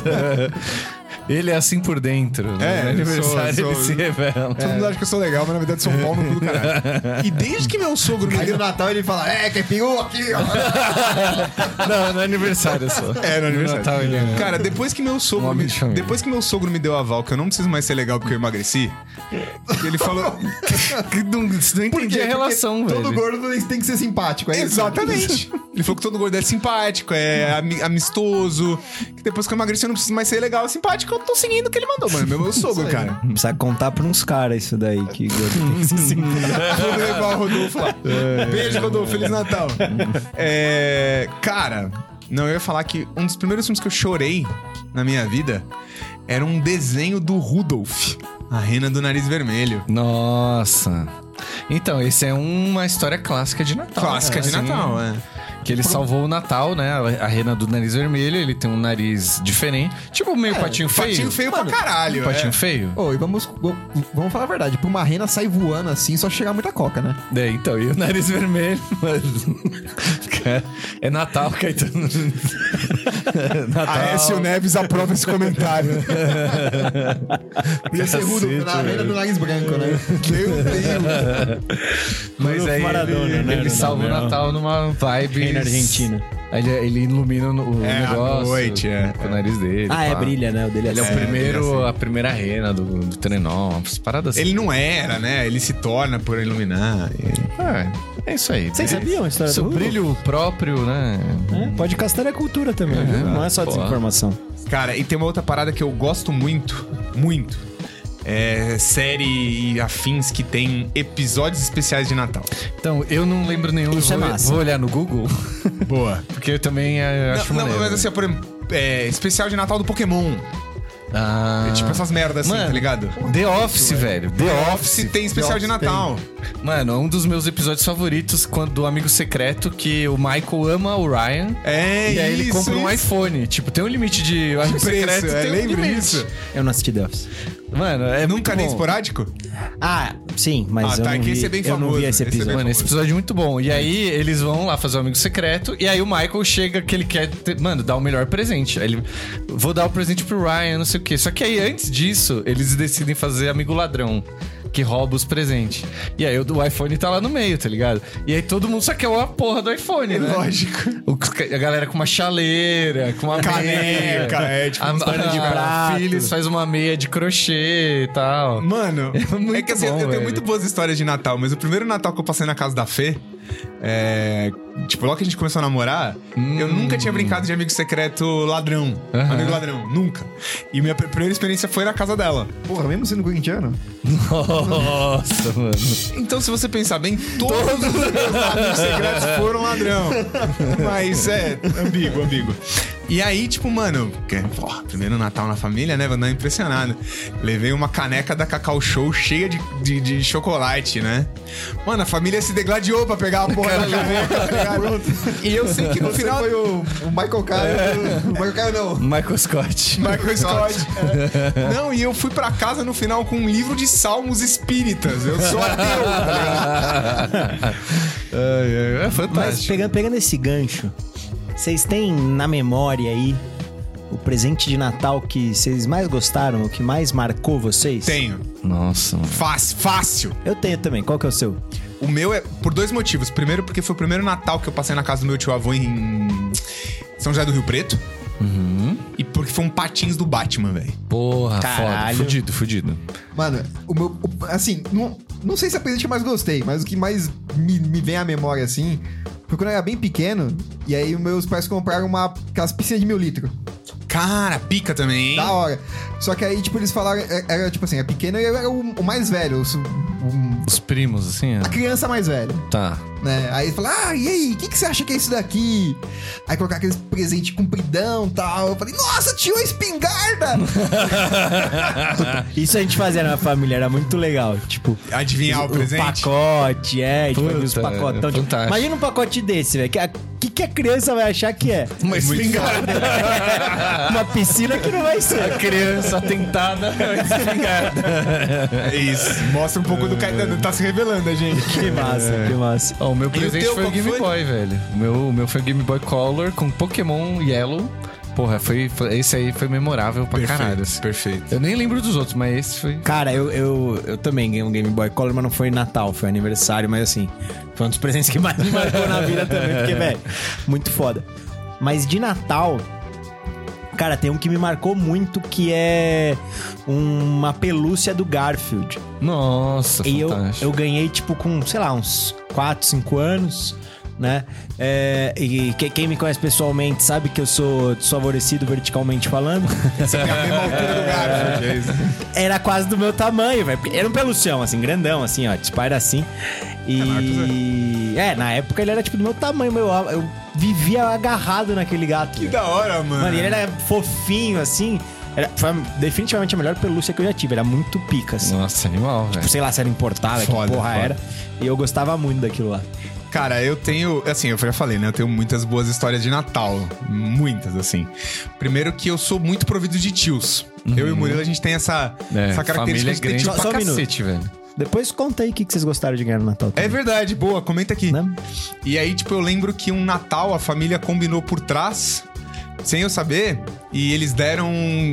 Speaker 4: Ele é assim por dentro. né?
Speaker 1: É,
Speaker 4: no aniversário
Speaker 1: sou-
Speaker 4: ele
Speaker 1: sou-
Speaker 4: se revela.
Speaker 1: Todo mundo acha que eu sou legal, mas na verdade sou um pau no cu do caralho. E desde que meu sogro me
Speaker 2: Aí
Speaker 1: deu
Speaker 2: no Natal ele fala, é, que pingou aqui, ó.
Speaker 4: É Não, no aniversário só.
Speaker 1: É, no aniversário.
Speaker 4: Natal ele é.
Speaker 1: Cara, depois que meu sogro
Speaker 4: Um homem
Speaker 1: me,
Speaker 4: de família.
Speaker 1: depois que meu sogro me deu a val, que eu não preciso mais ser legal porque eu emagreci. Ele falou é que não, não
Speaker 4: Porque
Speaker 1: entendi
Speaker 4: a relação, velho.
Speaker 2: Todo gordo tem que ser simpático, é isso?
Speaker 1: Exatamente. Ele falou que todo gordo é simpático, é ami- amistoso. Que depois que eu emagreci eu não preciso mais ser legal e simpático. Eu tô seguindo o que ele mandou, mano. Meu, meu sogro,
Speaker 4: né?
Speaker 1: cara.
Speaker 3: Precisa contar pra uns caras isso daí. Que
Speaker 1: Vou levar o é Rodolfo
Speaker 4: É,
Speaker 1: lá. Beijo, Rodolfo. Feliz Natal. É, cara, não, eu ia falar que um dos primeiros filmes que eu chorei na minha vida era um desenho do Rudolf. A rena do nariz vermelho.
Speaker 4: Nossa. Então, esse é uma história clássica de Natal.
Speaker 1: Clássica
Speaker 4: né?
Speaker 1: de
Speaker 4: Assim,
Speaker 1: Natal, é.
Speaker 4: Que ele salvou o Natal, né? A a rena do nariz vermelho, ele tem um nariz diferente. Tipo meio patinho feio.
Speaker 1: É, Patinho feio pra caralho.
Speaker 4: Patinho
Speaker 1: é.
Speaker 4: feio?
Speaker 2: Ô, e vamos, vamos falar a verdade. Pra uma rena sair voando assim, só chegar muita coca, né?
Speaker 4: É, então, e o nariz vermelho, mas... Cara, É Natal, Caetano. É Natal.
Speaker 1: Aécio Neves aprova esse comentário.
Speaker 2: Podia ser
Speaker 4: Cacete,
Speaker 2: rudo, na
Speaker 4: velho.
Speaker 2: rena do nariz branco, né?
Speaker 1: Meu Deus.
Speaker 4: Mas aí
Speaker 3: Maradona,
Speaker 4: ele,
Speaker 3: né?
Speaker 4: ele
Speaker 3: Não,
Speaker 4: salva o
Speaker 3: não.
Speaker 4: Natal numa vibe.
Speaker 3: Rei na Argentina.
Speaker 4: Aí Ele, ele ilumina o o
Speaker 1: É, à
Speaker 4: negócio.
Speaker 1: noite, é.
Speaker 4: Com o nariz dele.
Speaker 3: ah, é,
Speaker 4: pá.
Speaker 3: brilha, né? O dele é,
Speaker 1: um
Speaker 4: Ele é o
Speaker 3: assim.
Speaker 4: primeiro, a primeira rena do, do trenó, umas paradas assim.
Speaker 1: Ele não era, né? Ele se torna por iluminar.
Speaker 4: É, é isso aí.
Speaker 3: Vocês
Speaker 4: né?
Speaker 3: sabiam a história
Speaker 1: é um
Speaker 4: Seu
Speaker 3: do Rudolf?
Speaker 4: brilho próprio, né?
Speaker 3: É, pode castar é cultura também, viu? não é só
Speaker 4: pô.
Speaker 3: desinformação.
Speaker 1: Cara, e tem uma outra parada que eu gosto muito, muito. É série e afins que tem episódios especiais de Natal.
Speaker 4: Então, eu não lembro nenhum.
Speaker 3: Isso é
Speaker 4: vou,
Speaker 3: massa.
Speaker 4: vou olhar no Google,
Speaker 1: Boa.
Speaker 4: porque eu também é, acho
Speaker 1: não,
Speaker 4: maneiro.
Speaker 1: mas assim, por exemplo, é, especial de Natal do Pokémon.
Speaker 4: Ah.
Speaker 1: É tipo essas merdas assim,
Speaker 4: Mano,
Speaker 1: tá ligado?
Speaker 4: The Office, velho. The Office.
Speaker 1: Se tem especial de Natal.
Speaker 4: Mano, é um dos meus episódios favoritos quando do Amigo Secreto que o Michael ama o Ryan.
Speaker 1: É
Speaker 4: e aí ele
Speaker 1: isso,
Speaker 4: compra um
Speaker 1: isso.
Speaker 4: iPhone. Tipo, tem um limite de
Speaker 1: preço,
Speaker 4: amigo secreto.
Speaker 1: é,
Speaker 4: tem um
Speaker 1: lembro
Speaker 4: limite.
Speaker 1: disso.
Speaker 3: Eu não assisti The Office.
Speaker 4: Mano, é
Speaker 1: Nunca
Speaker 4: muito
Speaker 1: nem
Speaker 4: bom.
Speaker 1: Tá esporádico?
Speaker 3: Ah, sim, mas
Speaker 1: Ah,
Speaker 3: eu,
Speaker 1: tá, é
Speaker 3: não
Speaker 1: que
Speaker 3: vi,
Speaker 1: esse é bem
Speaker 3: eu não
Speaker 1: famoso,
Speaker 3: vi esse
Speaker 1: esse é bem
Speaker 3: episódio.
Speaker 4: Mano, esse episódio é muito bom. E aí, eles vão lá fazer o amigo secreto. E aí, o Michael chega que ele quer, ter- mano, dar o melhor presente. Aí ele, vou dar o presente pro Ryan, não sei o quê. Só que aí, antes disso, eles decidem fazer amigo ladrão. Que rouba os presentes. E aí, o do iPhone tá lá no meio, tá ligado? E aí, todo mundo só quer a porra do iPhone, né?
Speaker 1: Lógico.
Speaker 4: O- a galera com uma chaleira, com uma
Speaker 1: Caneca,
Speaker 4: meia.
Speaker 1: é, tipo,
Speaker 4: a,
Speaker 1: uns
Speaker 4: a,
Speaker 1: de
Speaker 3: prato.
Speaker 4: Filhos faz uma meia de crochê e tal.
Speaker 1: Mano,
Speaker 4: muito
Speaker 1: é que assim,
Speaker 4: bom,
Speaker 1: eu
Speaker 4: velho.
Speaker 1: tenho muito boas histórias de Natal, mas o primeiro Natal que eu passei na casa da Fê, é, tipo, logo que a gente começou a namorar, eu nunca tinha brincado de amigo secreto ladrão.
Speaker 4: Hum. Aham.
Speaker 1: Amigo ladrão, nunca. E minha pr- primeira experiência foi na casa dela.
Speaker 2: Porra, mesmo sendo corintiano?
Speaker 4: Nossa, mano.
Speaker 1: Então, se você pensar bem, todos os meus amigos secretos foram ladrão. Mas é ambíguo, ambíguo. E aí, tipo, mano, que- pô, primeiro Natal na família, né? Vou dar uma impressionada. Levei uma caneca da Cacau Show cheia de, de, de chocolate, né? Mano, a família se degladiou pra pegar a porra da caneca, tá ligado? E eu sei que no
Speaker 2: Você
Speaker 1: final. É.
Speaker 2: foi o, o Michael Caio. O Michael Caio não.
Speaker 4: Michael Scott.
Speaker 1: Michael Scott. É. Não, e eu fui pra casa no final com um livro de salmos espíritas. Eu sou ateu, tá ligado?
Speaker 4: É, é
Speaker 3: Mas
Speaker 4: fantástico.
Speaker 3: pegando, pegando esse gancho, vocês têm na memória aí o presente de Natal que vocês mais gostaram, o que mais marcou vocês?
Speaker 1: Tenho.
Speaker 4: Nossa, mano.
Speaker 1: Fácil, fácil.
Speaker 3: Eu tenho também. Qual que é o seu?
Speaker 1: O meu é por dois motivos. Primeiro, porque foi o primeiro Natal que eu passei na casa do meu tio avô em São José do Rio Preto. E porque foi um patins do Batman, velho.
Speaker 4: Porra,
Speaker 3: Caralho.
Speaker 4: foda. Fudido, fudido.
Speaker 2: Mano, o meu. o- assim, não, não sei se é a presente que eu mais gostei, mas o que mais me, me vem à memória, assim, foi quando eu era bem pequeno, e aí meus pais compraram uma. aquelas piscinas de mil litros.
Speaker 1: Cara, pica também, hein?
Speaker 2: Da hora. Só que aí, tipo, eles falaram. é- Era tipo assim, é pequeno e eu era o, o mais velho. o su- o-
Speaker 4: Os primos, assim,
Speaker 2: a
Speaker 4: ó.
Speaker 2: criança mais velha.
Speaker 4: Tá.
Speaker 2: né? Aí fala, ah, e aí, o que, que você acha que é isso daqui? Aí colocar aqueles presente compridão e tal. Eu falei, nossa, tio, é espingarda!
Speaker 3: Isso a gente fazia na família, era muito legal. Tipo,
Speaker 1: Adivinhar o presente.
Speaker 3: pacote, é, tipo,
Speaker 4: Puta,
Speaker 3: os pacotão.
Speaker 4: é
Speaker 3: tipo,
Speaker 4: fantástico.
Speaker 3: imagina um pacote desse, velho. que a- que, que a criança vai achar que é?
Speaker 4: Uma espingarda.
Speaker 3: Uma piscina que não vai ser.
Speaker 4: A criança tentada.
Speaker 1: É Isso. Mostra um pouco do Caetano. Tá se revelando, a gente.
Speaker 3: Que massa, que massa.
Speaker 4: Ó, o meu presente
Speaker 1: teu,
Speaker 4: foi o
Speaker 1: qual
Speaker 4: Game
Speaker 1: foi?
Speaker 4: Boy, velho. O meu, o meu foi o Game Boy Color com Pokémon Yellow. porra, foi, foi- esse aí foi memorável pra
Speaker 1: Perfeito,
Speaker 4: caralho. assim.
Speaker 1: perfeito.
Speaker 4: Eu nem lembro dos outros, mas esse foi.
Speaker 3: Cara, eu, eu, eu também ganhei um Game Boy Color, mas não foi Natal, foi aniversário, mas assim, foi um dos presentes que mais me marcou na vida também, porque, velho, muito foda. Mas de Natal, cara, tem um que me marcou muito que é uma pelúcia do Garfield.
Speaker 4: Nossa,
Speaker 3: E eu,
Speaker 4: fantástico.
Speaker 3: eu ganhei, tipo, com, sei lá, uns 4, 5 anos, né? É, e que- quem me conhece pessoalmente sabe que eu sou desfavorecido verticalmente falando. Era quase do meu tamanho, velho. Porque Era um pelucião, assim, grandão, assim, ó. Tipo, era assim.
Speaker 1: É
Speaker 3: E. É, na época ele era, tipo, do meu tamanho, meu. Eu vivia agarrado naquele gato. velho.
Speaker 1: Da hora,
Speaker 3: Mano,
Speaker 1: mano.
Speaker 3: e ele era fofinho, assim. Era, foi definitivamente a melhor pelúcia que eu já tive. Era muito pica, assim.
Speaker 4: Nossa, animal, velho.
Speaker 3: Sei lá se era importada, que porra
Speaker 1: Foda, foda.
Speaker 3: era. E eu gostava muito daquilo lá.
Speaker 1: Cara, eu tenho, assim, eu já falei, né? Eu tenho muitas boas histórias de Natal. Muitas, assim. Primeiro que eu sou muito provido de tios. Eu e o Murilo, a gente tem essa,
Speaker 4: É,
Speaker 1: essa
Speaker 4: família
Speaker 1: característica
Speaker 4: é
Speaker 1: de ter
Speaker 4: grande
Speaker 1: tio
Speaker 4: pra
Speaker 1: pra cacete.
Speaker 4: cacete, velho.
Speaker 3: Depois conta aí o que que vocês gostaram de ganhar no Natal.
Speaker 1: É
Speaker 3: também,
Speaker 1: verdade, boa, comenta aqui.
Speaker 3: né?
Speaker 1: E aí, tipo, eu lembro que um Natal a família combinou por trás, sem eu saber, e eles deram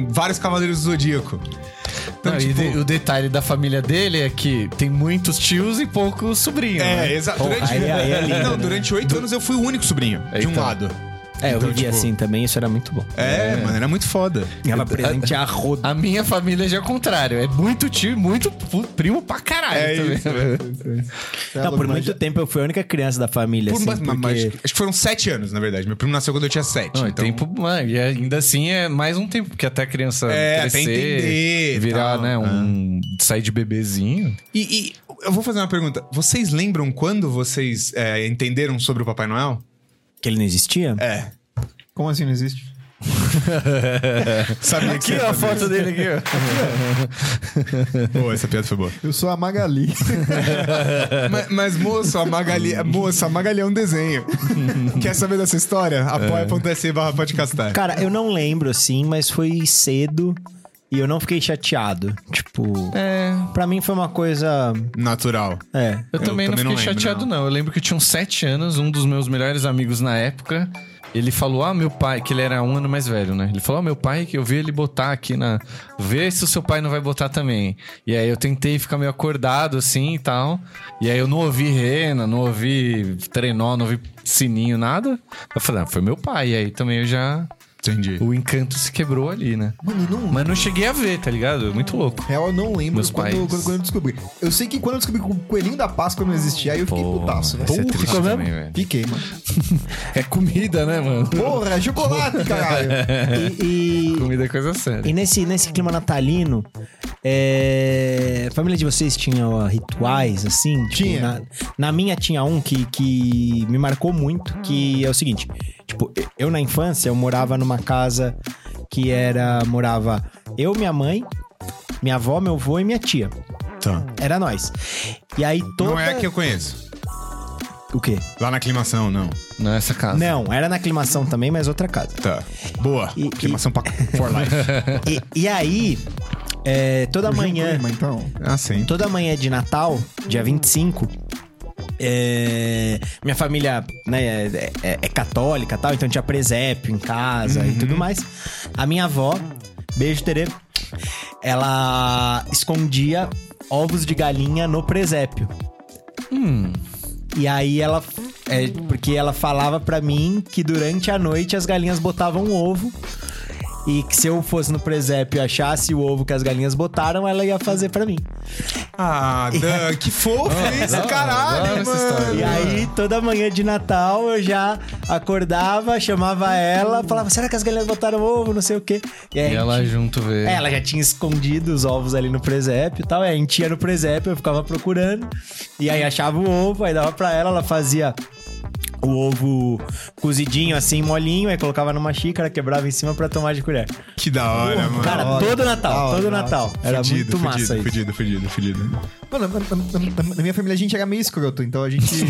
Speaker 1: vários Cavaleiros do Zodíaco. Então,
Speaker 4: Não, e
Speaker 1: tipo.
Speaker 4: de- o detalhe da família dele é que tem muitos tios e poucos sobrinhos.
Speaker 1: É,
Speaker 4: né?
Speaker 1: exato.
Speaker 3: Porra,
Speaker 1: Durante,
Speaker 3: aí- aí é lindo,
Speaker 1: não,
Speaker 3: né?
Speaker 1: durante oito anos eu fui o único sobrinho, de um
Speaker 4: Então.
Speaker 1: lado.
Speaker 3: É, eu
Speaker 1: Então,
Speaker 3: vivi
Speaker 1: tipo-
Speaker 3: assim também, isso era muito bom.
Speaker 1: É, mano, era muito foda.
Speaker 3: Ela presentear a roda.
Speaker 4: A minha família já é o contrário. É muito tio e muito pu- primo pra caralho.
Speaker 1: É
Speaker 4: também. né?
Speaker 1: isso,
Speaker 3: Não, por muito tempo eu fui a única criança da família,
Speaker 1: Por-
Speaker 3: assim,
Speaker 1: mas- mas-
Speaker 3: porque...
Speaker 1: acho que foram sete anos, na verdade. Meu primo nasceu quando eu tinha sete.
Speaker 4: Não, é
Speaker 1: então-
Speaker 4: tempo, mano, e ainda assim é mais um tempo, porque até a criança
Speaker 1: É, até
Speaker 4: crescer,
Speaker 1: entender e
Speaker 4: virar,
Speaker 1: tal.
Speaker 4: né, um... sair de bebezinho.
Speaker 1: E, e eu vou fazer uma pergunta. Vocês lembram quando vocês é, entenderam sobre o Papai Noel?
Speaker 3: Que ele não existia?
Speaker 1: É.
Speaker 2: Como assim não existe?
Speaker 1: Sabia Tá que você ia fazer.
Speaker 4: dele aqui,
Speaker 1: Boa, essa piada foi boa.
Speaker 2: Eu sou a Magali.
Speaker 1: mas, mas, moço, a Magali, moço, a Magali é um desenho. Quer saber dessa história? Apoia.se barra podcastar.
Speaker 3: Cara, eu não lembro, assim, mas foi cedo e eu não fiquei chateado. Tipo,
Speaker 4: ó. É,
Speaker 3: pra mim foi uma coisa...
Speaker 1: Natural.
Speaker 3: É,
Speaker 4: eu, também não fiquei
Speaker 1: lembro,
Speaker 4: chateado, não. Eu lembro que eu tinha uns sete anos, um dos meus melhores amigos na época... Ele falou, ah, meu pai, que ele era um ano mais velho, né? Ele falou, ah, meu pai, que eu vi ele botar aqui na. Vê se o seu pai não vai botar também. E aí eu tentei ficar meio acordado assim e tal. E aí eu não ouvi rena, não ouvi trenó, não ouvi sininho, nada. Eu falei, ah, foi meu pai. E aí também eu já
Speaker 1: Entendi.
Speaker 4: O encanto se quebrou ali, né? Mas não cheguei a ver, tá ligado? Muito louco.
Speaker 2: Real, eu não lembro
Speaker 4: Meus
Speaker 2: quando,
Speaker 4: pais.
Speaker 2: quando, quando eu descobri. Eu sei que quando eu descobri que o coelhinho da Páscoa não existia, aí eu fiquei
Speaker 4: Pô,
Speaker 2: putaço, né?
Speaker 4: isso é
Speaker 2: Porra,
Speaker 4: triste
Speaker 2: ficou mesmo?
Speaker 4: também, velho.
Speaker 2: Fiquei, mano.
Speaker 4: É comida, né, mano?
Speaker 2: Porra, é chocolate, caralho.
Speaker 3: e... e-
Speaker 4: Comida é coisa séria.
Speaker 3: E nesse, nesse clima natalino, é, a família de vocês tinha ó, rituais, assim? Tipo,
Speaker 2: Tinha.
Speaker 3: Na, na minha tinha um que, que me marcou muito, que é o seguinte. Tipo, eu- eu na infância, eu morava numa casa que era... Morava eu, minha mãe, minha avó, meu avô e minha tia.
Speaker 1: Tá.
Speaker 3: Era nós. E aí toda...
Speaker 1: Não é a que eu conheço.
Speaker 3: O quê?
Speaker 1: Lá na aclimação, não.
Speaker 4: Não é essa casa.
Speaker 3: Não, era na aclimação também, mas outra casa.
Speaker 1: Tá. Boa.
Speaker 3: E-
Speaker 1: aclimação pra for life.
Speaker 3: E, e aí, é, toda
Speaker 1: um
Speaker 3: manhã...
Speaker 2: Mas então.
Speaker 1: Ah, sim.
Speaker 3: toda manhã de Natal, dia 25. É, minha família né, é, é- é católica e tal, então tinha presépio em casa e tudo mais. A minha avó, beijo Tere, ela escondia ovos de galinha no presépio. E aí ela. é, porque ela falava pra mim que durante a noite as galinhas botavam um ovo. E que se eu fosse no presépio e achasse o ovo que as galinhas botaram, ela ia fazer pra mim.
Speaker 1: Ah, Dan, que fofo isso,
Speaker 4: adoro, adoro
Speaker 1: caralho,
Speaker 4: Ah, essa
Speaker 1: mano.
Speaker 4: história.
Speaker 3: E aí, toda manhã de Natal, eu já acordava, chamava ela, falava, será que as galinhas botaram ovo, não sei o quê. E aí,
Speaker 4: E ela junto vê.
Speaker 3: é, ela já tinha escondido os ovos ali no presépio e tal. E a gente ia no presépio, eu ficava procurando. E aí achava o ovo, aí dava pra ela, ela fazia o ovo cozidinho, assim, molinho, aí colocava numa xícara, quebrava em cima pra tomar de colher.
Speaker 1: Que da hora, mano.
Speaker 3: Cara,
Speaker 2: hora,
Speaker 3: todo
Speaker 2: da
Speaker 3: Natal,
Speaker 2: hora,
Speaker 3: todo
Speaker 2: da hora.
Speaker 3: Natal. Era muito massa
Speaker 1: fudido,
Speaker 3: isso.
Speaker 1: fudido, fudido, fudido.
Speaker 2: Mano, na, na- na- na minha família a gente era meio escroto, então a gente.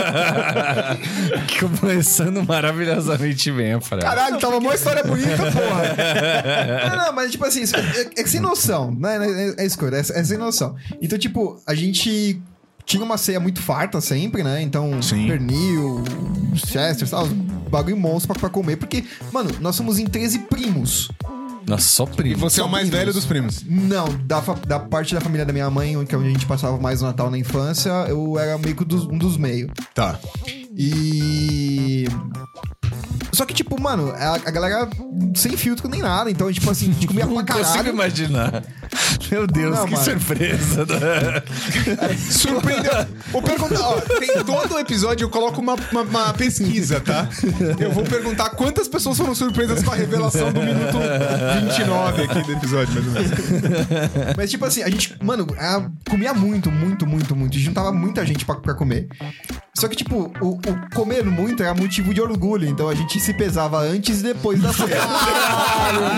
Speaker 4: Começando maravilhosamente bem a frase.
Speaker 2: Caralho, tava uma história bonita, porra. Não, não, mas tipo assim, isso é, é sem noção. Não é, não é, é escroto, é, é sem noção. Então, tipo, a gente tinha uma ceia muito farta sempre, né? Então,
Speaker 1: Sim.
Speaker 2: pernil, Chester, tal, bagulho monstro pra, pra comer, porque, mano, nós somos em 13 primos.
Speaker 4: Nossa, só
Speaker 1: E
Speaker 4: primo.
Speaker 1: você é o mais velho dos primos.
Speaker 2: Não, da, fa- da parte da família da minha mãe, onde que é onde a gente passava mais o Natal na infância, eu era meio que dos- um dos meios.
Speaker 1: Tá.
Speaker 2: E. Só que, tipo, mano, a, a galera sem filtro nem nada, então, tipo assim, a gente comia pra
Speaker 4: Não consigo
Speaker 2: caralho.
Speaker 4: imaginar. Meu Deus,
Speaker 2: Não,
Speaker 4: que
Speaker 2: mano.
Speaker 4: surpresa. né?
Speaker 1: Surpreendeu. Vou perguntar, ó, tem todo episódio eu coloco uma, uma- uma pesquisa, tá? Eu vou perguntar quantas pessoas foram surpresas com a revelação do minuto 29 aqui do episódio, mais ou menos.
Speaker 2: Mas, tipo assim, a gente, mano, a- comia muito, muito, muito, muito. A gente juntava muita gente pra, pra comer. Só que, tipo, o, o comer muito era motivo de orgulho, então a gente se pesava antes e depois da ceia.
Speaker 3: Porra,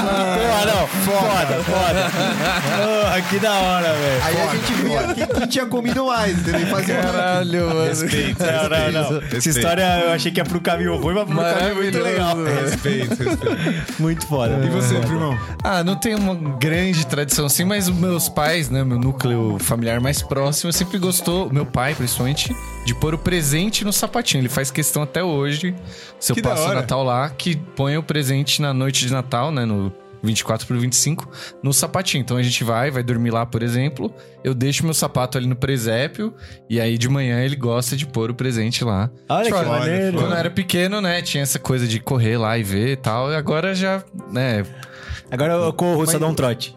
Speaker 3: Ah, não. Foda, foda. Ah, que da hora, velho.
Speaker 2: Aí a gente via quem, quem tinha comido mais, entendeu? E Fazia
Speaker 4: Caralho, mano.
Speaker 1: Respeito,
Speaker 3: Não, É, não, não.
Speaker 1: respeito.
Speaker 3: Essa história eu achei que ia pro caminho ruim, mas pro caminho muito
Speaker 4: Maravilhoso,
Speaker 3: legal.
Speaker 4: velho.
Speaker 1: Respeito, respeito.
Speaker 3: Muito foda.
Speaker 1: E você, primão?
Speaker 4: Ah, não tem uma grande tradição assim, mas os meus pais, né, meu núcleo familiar mais próximo, sempre gostou, meu pai principalmente, de pôr o presente no sapatinho. Ele faz questão até hoje, se eu
Speaker 1: Que da
Speaker 4: passo o
Speaker 1: hora.
Speaker 4: Natal lá, que põe o presente na noite de Natal, né, no 24 pro 25, no sapatinho. Então a gente vai, vai dormir lá, por exemplo, eu deixo meu sapato ali no presépio e aí de manhã ele gosta de pôr o presente lá.
Speaker 3: Olha que
Speaker 4: Tipo,
Speaker 3: maneiro.
Speaker 4: Quando eu era pequeno, né, tinha essa coisa de correr lá e ver e tal, e agora já, né,
Speaker 3: Agora o corro só dá um trote.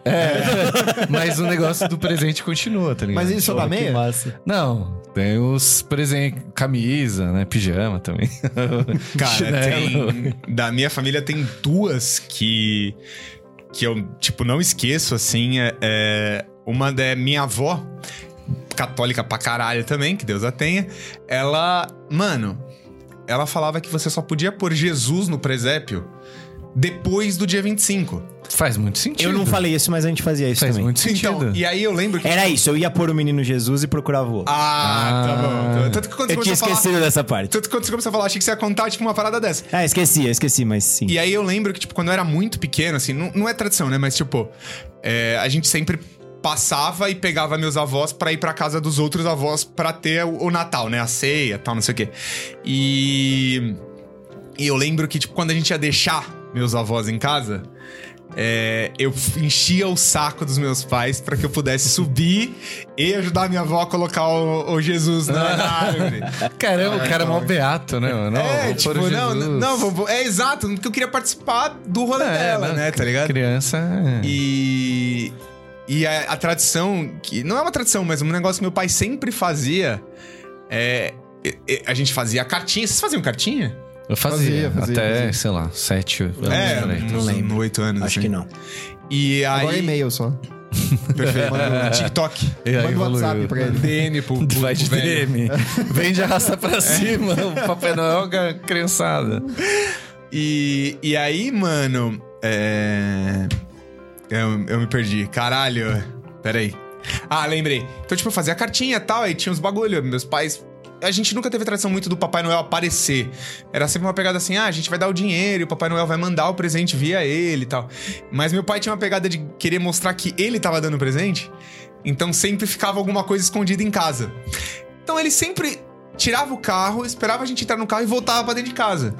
Speaker 4: Mas o negócio do presente continua, tá ligado?
Speaker 2: Mas ele só dá
Speaker 3: Porra, que
Speaker 2: meia?
Speaker 3: massa.
Speaker 4: Não, tem os presentes, camisa, né? Pijama também.
Speaker 1: Cara,
Speaker 4: Chinelo.
Speaker 1: tem. Da minha família tem duas que. Que eu, tipo, não esqueço, assim. É, é- uma da minha avó, católica pra caralho também, que Deus a tenha. Ela. Mano, ela falava que você só podia pôr Jesus no presépio depois do dia 25.
Speaker 4: Faz muito sentido.
Speaker 3: Eu não falei isso, mas a gente fazia isso
Speaker 4: Tipo, Faz
Speaker 3: também.
Speaker 4: muito sentido.
Speaker 1: Então, e aí eu lembro que.
Speaker 3: Era isso, eu ia pôr o menino Jesus e procurava o outro.
Speaker 1: Ah, tá bom. Tanto que quando você
Speaker 3: eu
Speaker 1: começou
Speaker 3: tinha
Speaker 1: a falar.
Speaker 3: esquecido dessa parte.
Speaker 1: Tanto que quando você começou a falar, achei que você ia contar, tipo, uma parada dessa.
Speaker 3: Ah, esqueci, eu esqueci, mas sim.
Speaker 1: E aí eu lembro que, tipo, quando eu era muito pequeno, assim, não, não é tradição, né? Mas, tipo, é, a gente sempre passava e pegava meus avós pra ir pra casa dos outros avós pra ter o, o Natal, né? A ceia, tal, não sei o quê. E... E eu lembro que, tipo, quando a gente ia deixar meus avós em casa... é, eu f- enchia o saco dos meus pais pra que eu pudesse subir e ajudar minha avó a colocar o, o Jesus na, na árvore.
Speaker 4: Caramba, o cara é mó beato, né? mano? Não,
Speaker 1: Ah, então. É,
Speaker 4: vou
Speaker 1: tipo,
Speaker 4: pôr o
Speaker 1: não,
Speaker 4: Jesus.
Speaker 1: não, vou- vou- é exato, porque eu queria participar do rolê
Speaker 4: É,
Speaker 1: dela,
Speaker 4: não,
Speaker 1: né, tá ligado?
Speaker 4: Criança. é.
Speaker 1: E. E a, a tradição, que não é uma tradição, mas um negócio que meu pai sempre fazia. É. e- e- A gente fazia cartinha. Vocês faziam cartinha?
Speaker 4: Eu
Speaker 2: Fazia,
Speaker 4: fazia,
Speaker 2: fazia,
Speaker 4: até,
Speaker 2: fazia.
Speaker 4: sei lá, sete anos
Speaker 1: É,
Speaker 4: por aí.
Speaker 1: uns
Speaker 3: lembro.
Speaker 1: oito anos.
Speaker 3: Acho
Speaker 1: assim.
Speaker 3: que não.
Speaker 1: E aí.
Speaker 2: Agora é e-mail só.
Speaker 1: Perfeito. Manda um TikTok.
Speaker 4: E aí
Speaker 2: Manda um
Speaker 4: evoluiu.
Speaker 2: WhatsApp pra ele.
Speaker 1: DM pro, pro,
Speaker 4: Vai
Speaker 1: pro
Speaker 4: de
Speaker 1: velho.
Speaker 4: DM. Vem de arrasta pra cima. O Papai Noel, cara, criançada.
Speaker 1: E, e aí, mano. É. Eu, eu me perdi. Caralho. Peraí. Ah, lembrei. Então, tipo, eu fazia cartinha e tal, aí tinha uns bagulho. Meus pais. A gente nunca teve tradição muito do Papai Noel aparecer. Era sempre uma pegada assim: ah, a gente vai dar o dinheiro e o Papai Noel vai mandar o presente via ele e tal. Mas meu pai tinha uma pegada de querer mostrar que ele tava dando o presente. Então sempre ficava alguma coisa escondida em casa. Então ele sempre tirava o carro, esperava a gente entrar no carro e voltava pra dentro de casa.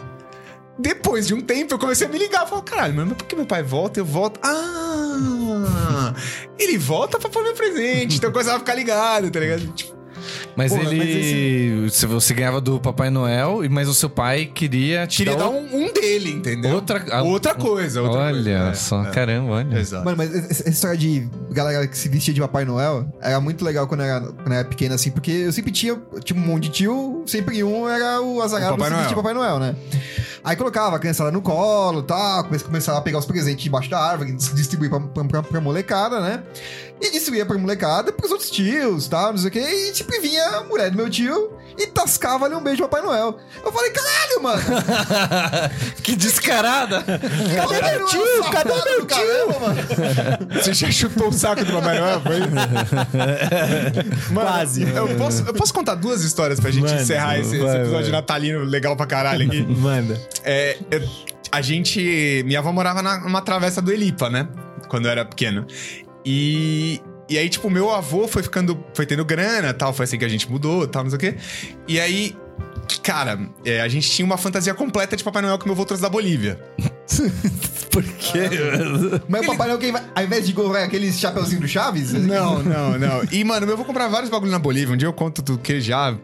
Speaker 1: Depois de um tempo, eu comecei a me ligar. Eu falava, caralho, mano, mas por que meu pai volta? Eu volto. Ah! Ele volta pra pôr meu presente. Então eu começava a ficar ligado, tá ligado? Tipo,
Speaker 4: Mas
Speaker 2: Porra,
Speaker 4: ele. Se você ganhava do Papai Noel, e- mas o seu pai queria te
Speaker 1: queria
Speaker 4: dar
Speaker 1: dar um, um dele, entendeu?
Speaker 4: Então, Outra-
Speaker 1: outra coisa. Outra
Speaker 4: Olha
Speaker 1: coisa, é,
Speaker 4: só,
Speaker 1: é.
Speaker 4: caramba, olha.
Speaker 1: Exato.
Speaker 2: Mano, mas essa essa história de galera que se vestia de Papai Noel era muito legal quando eu era, quando eu era pequeno, assim, porque eu sempre tinha, tipo, um monte de tio, sempre um era o azarado
Speaker 1: O
Speaker 2: que
Speaker 1: Papai
Speaker 2: se vestia de Papai Noel, né? Aí colocava a criança lá no colo e tal, come- começava a pegar os presentes debaixo da árvore, dis- distribuir pra, pra, pra- pra molecada, né? E distribuía pra molecada, pros outros tios, tal, não sei o quê, e tipo, vinha a mulher do meu tio e tascava ali um beijo pro Papai Noel. Eu falei, caralho, mano,
Speaker 4: que descarada!
Speaker 2: cadê meu tio? Cadê meu tio? um Caramba, mano.
Speaker 1: Você já chutou o saco do Papai Noel? Foi? Mano,
Speaker 3: Quase.
Speaker 1: Eu posso, eu posso contar duas histórias pra gente
Speaker 3: Mano,
Speaker 1: encerrar esse, esse
Speaker 3: vai,
Speaker 1: episódio
Speaker 3: vai.
Speaker 1: natalino legal pra caralho aqui?
Speaker 3: Manda.
Speaker 1: É, eu- a gente. Minha avó morava na, numa travessa do Elipa, né? Quando eu era pequeno. E. E aí, tipo, meu avô foi ficando. Foi tendo grana tal. Foi assim que a gente mudou tal, não sei o quê. E aí. que, cara, é, a gente tinha uma fantasia completa de Papai Noel que meu avô trouxe da Bolívia.
Speaker 4: Por quê?
Speaker 2: Mas o Papai Noel, quem vai- ao invés de comprar aquele chapeuzinho do Chaves...
Speaker 1: Não, não, não. E, mano, eu vou comprar vários bagulho na Bolívia. Um dia eu conto do que já.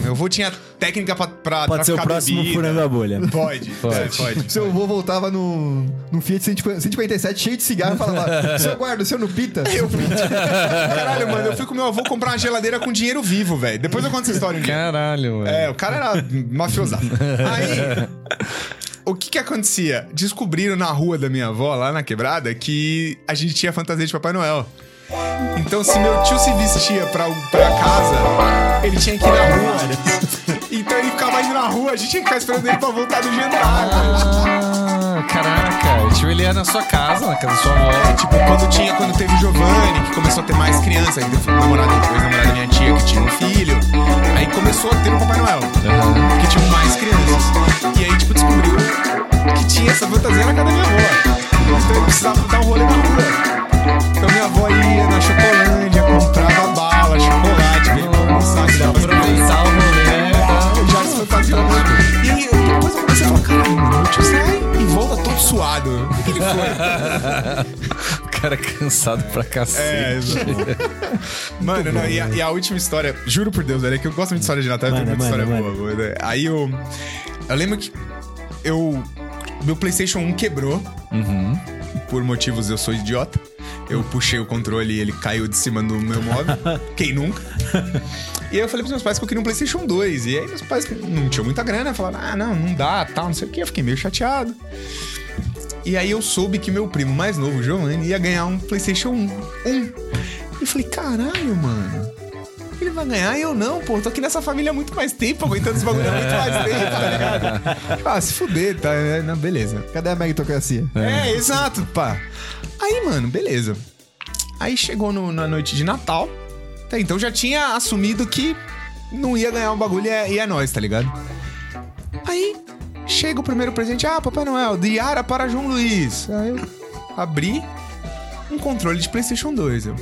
Speaker 1: Meu avô tinha técnica pra, pra
Speaker 3: Pode ser o próximo né? furando a bolha.
Speaker 1: Pode, pode. pode.
Speaker 2: Seu avô voltava no, no Fiat 157 cheio de cigarro e falava: Seu guarda, o seu não pita?
Speaker 1: Eu fui. Caralho, mano, eu fui com meu avô comprar uma geladeira com dinheiro vivo, velho. Depois eu conto essa história um dia.
Speaker 4: Caralho, mano.
Speaker 1: É, o cara era mafiosaço. Aí. O que que acontecia? Descobriram na rua da minha avó, lá na quebrada, que a gente tinha fantasia de Papai Noel. Então, se meu tio se vestia pra, pra casa, ele tinha que ir na rua. Então ele ficava indo na rua, a gente tinha que ficar esperando ele pra voltar do jantar. velho.
Speaker 4: Ah, caraca. Tipo, ele ia na sua casa, na casa da sua avó.
Speaker 1: É, tipo, quando tinha, quando teve o Giovanni, que começou a ter mais criança, aí teve namorado, depois namorada da minha tia, que tinha um filho. Aí começou a ter o Papai Noel, que tinha mais crianças. E aí, tipo, descobriu que tinha essa fantasia na casa da minha avó. Então eu precisava dar um rolê na rua. Então minha avó ia na Chocolândia, comprava bala, chocolate, veio pra um almoçar, que dava pra
Speaker 4: Aproveitar o rolê. né?
Speaker 1: eu já se fantasiava muito. E aí, depois eu comecei a falar, caralho, mano, o tio sai e volta todo suado. O que que ele foi?
Speaker 4: O cara cansado pra
Speaker 1: É,
Speaker 4: cacete.
Speaker 1: exato. Mano, não, e, a, e a última história, juro por Deus, velho, é que eu gosto muito de história de Natal, tem
Speaker 3: Manda,
Speaker 1: muita
Speaker 3: manda,
Speaker 1: história boa. né? Aí eu. Eu lembro que eu. Meu PlayStation 1 quebrou. Por motivos eu sou idiota. Eu puxei o controle e ele caiu de cima do meu móvel. Quem nunca? E aí eu falei pros meus pais que eu queria um PlayStation 2. E aí meus pais que não tinham muita grana, falaram: ah, não, não dá, tal, não sei o quê. Eu fiquei meio chateado. E aí eu soube que meu primo mais novo, Giovanni, ia ganhar um PlayStation 1. Um. E falei, caralho, mano. Ele vai ganhar e eu não, pô. Tô aqui nessa família há muito mais tempo, aguentando esse bagulho há muito mais tempo, tá ligado? Tipo, Ah, se fuder, tá? é, Não, beleza.
Speaker 2: Cadê a meritocracia?
Speaker 1: É, exato, pá. Aí, mano, beleza. Aí chegou no- na noite de Natal. Até então já tinha assumido que não ia ganhar um bagulho e é, e é nóis, tá ligado? Aí chega o primeiro presente. Ah, Papai Noel, de Yara para João Luiz. Aí eu abri um controle de PlayStation 2. Eu.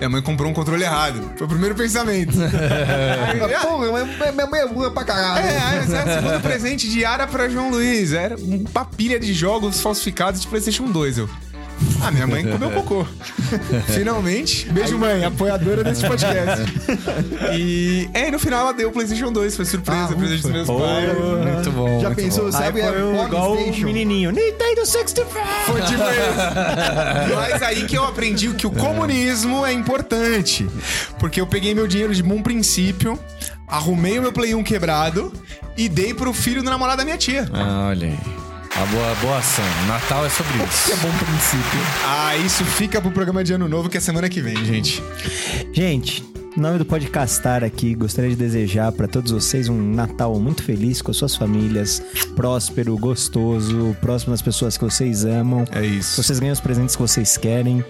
Speaker 1: Minha mãe comprou um controle errado. Foi o primeiro pensamento. Aí, eu, "Ah,
Speaker 2: Porra, mas minha mãe é burra pra caralho.
Speaker 1: é, aí, mas era o segundo presente de Ara pra João Luiz. Era um uma pilha de jogos falsificados de PlayStation 2. Eu. Ah, minha mãe comeu cocô. Finalmente. Beijo, mãe, apoiadora desse podcast. E. É, e no final ela deu o PlayStation 2. Foi surpresa,
Speaker 2: Ah,
Speaker 1: presente dos meus pais.
Speaker 4: Muito bom.
Speaker 2: Já
Speaker 4: muito
Speaker 2: pensou,
Speaker 4: bom.
Speaker 1: Ah,
Speaker 2: sabe?
Speaker 3: Aí
Speaker 2: É
Speaker 3: foi
Speaker 1: um
Speaker 3: o- igual o
Speaker 2: PlayStation.
Speaker 3: menininho. Nintendo 64!
Speaker 1: Foi tipo isso. Mas aí que eu aprendi que o comunismo é importante. Porque eu peguei meu dinheiro de bom princípio, arrumei o meu Play 1 quebrado e dei pro filho do namorado da minha tia.
Speaker 4: Ah, olha aí. A boa, boa ação. Natal é sobre isso.
Speaker 1: bom princípio. Ah, isso fica pro programa de ano novo que é semana que vem, gente.
Speaker 3: Gente, em nome do Podcastar aqui, gostaria de desejar para todos vocês um Natal muito feliz com as suas famílias, próspero, gostoso, próximo das pessoas que vocês amam.
Speaker 1: É isso.
Speaker 3: Vocês ganham os presentes que vocês querem.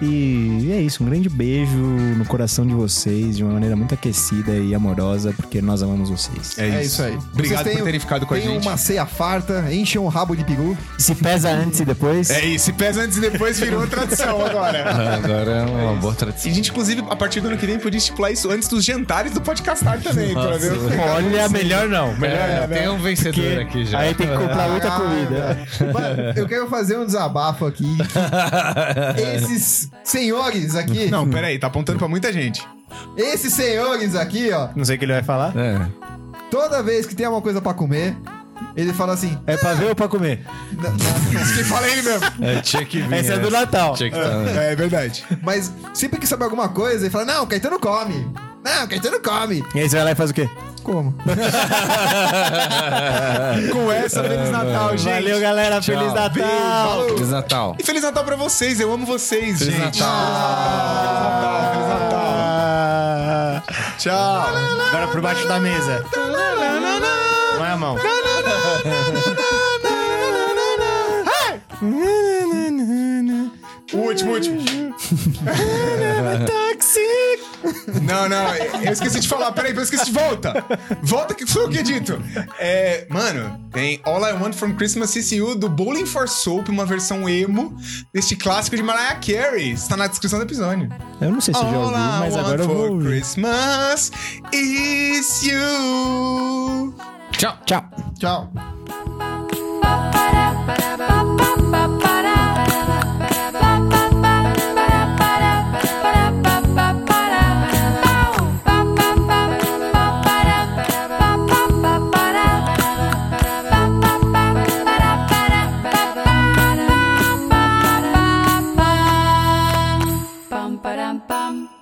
Speaker 3: E é isso, um grande beijo no coração de vocês, de uma maneira muito aquecida e amorosa, porque nós amamos vocês.
Speaker 2: É isso aí.
Speaker 1: Obrigado
Speaker 2: Vocês tenham-
Speaker 1: por terem ficado com a
Speaker 2: tenham
Speaker 1: gente.
Speaker 2: uma ceia farta, enchem um rabo de peru.
Speaker 3: Se pesa antes e depois.
Speaker 1: É isso. E pesa antes e depois virou tradição agora.
Speaker 4: Ah, Agora é uma boa tradição.
Speaker 1: E a gente, inclusive, a partir do ano que vem, podia estipular isso antes dos jantares do podcastar também. pra ver o-
Speaker 3: Olha, melhor não.
Speaker 4: É, tem um vencedor aqui já.
Speaker 3: Aí tem que comprar muita
Speaker 2: Caralho.
Speaker 3: comida.
Speaker 2: Mano, eu quero fazer um desabafo aqui. Esses senhores aqui,
Speaker 1: Não, peraí, tá apontando pra muita gente.
Speaker 2: esses senhores aqui, ó,
Speaker 3: Não sei o que ele vai falar.
Speaker 4: É.
Speaker 2: toda vez que tem alguma coisa pra comer, ele fala assim:
Speaker 3: É pra ver ou pra comer?
Speaker 1: Isso quem fala é ele mesmo.
Speaker 4: É, tinha que vir.
Speaker 3: Essa é do
Speaker 4: essa.
Speaker 3: Natal.
Speaker 4: Tinha que
Speaker 2: Ah.
Speaker 4: tá.
Speaker 1: É, é verdade.
Speaker 2: Mas sempre que sabe alguma coisa, ele fala: Não, o Caetano come. Não, o Caetano come.
Speaker 3: E aí você vai lá e faz o quê?
Speaker 2: Como?
Speaker 1: Com
Speaker 2: Ah,
Speaker 1: essa, Feliz Natal, gente.
Speaker 3: Valeu, galera.
Speaker 4: Tchau.
Speaker 3: Feliz Natal.
Speaker 1: Beijo, falou.
Speaker 4: Feliz Natal.
Speaker 1: E Feliz Natal pra vocês, eu amo vocês,
Speaker 4: Feliz
Speaker 1: gente.
Speaker 4: Natal.
Speaker 1: Feliz Natal.
Speaker 3: Ah,
Speaker 1: Tchau. é
Speaker 3: Agora por baixo da mesa. Vai a mão.
Speaker 1: Último, último.
Speaker 3: Táxi.
Speaker 1: Não, não, eu esqueci de falar. Peraí, eu esqueci de. Volta! Volta que foi o que é dito. É, mano, tem All I Want from Christmas Is You do Bowling for Soap, uma versão emo deste clássico de Mariah Carey. Está na descrição do episódio.
Speaker 3: Eu não sei se eu já
Speaker 1: All
Speaker 3: ouvi,
Speaker 1: I
Speaker 3: mas
Speaker 1: Want
Speaker 3: agora eu
Speaker 1: for
Speaker 3: vou ouvir.
Speaker 1: Christmas Is You.
Speaker 4: Tchau.
Speaker 3: Tchau.
Speaker 2: Tchau.
Speaker 5: Bum, ba-dum, bum.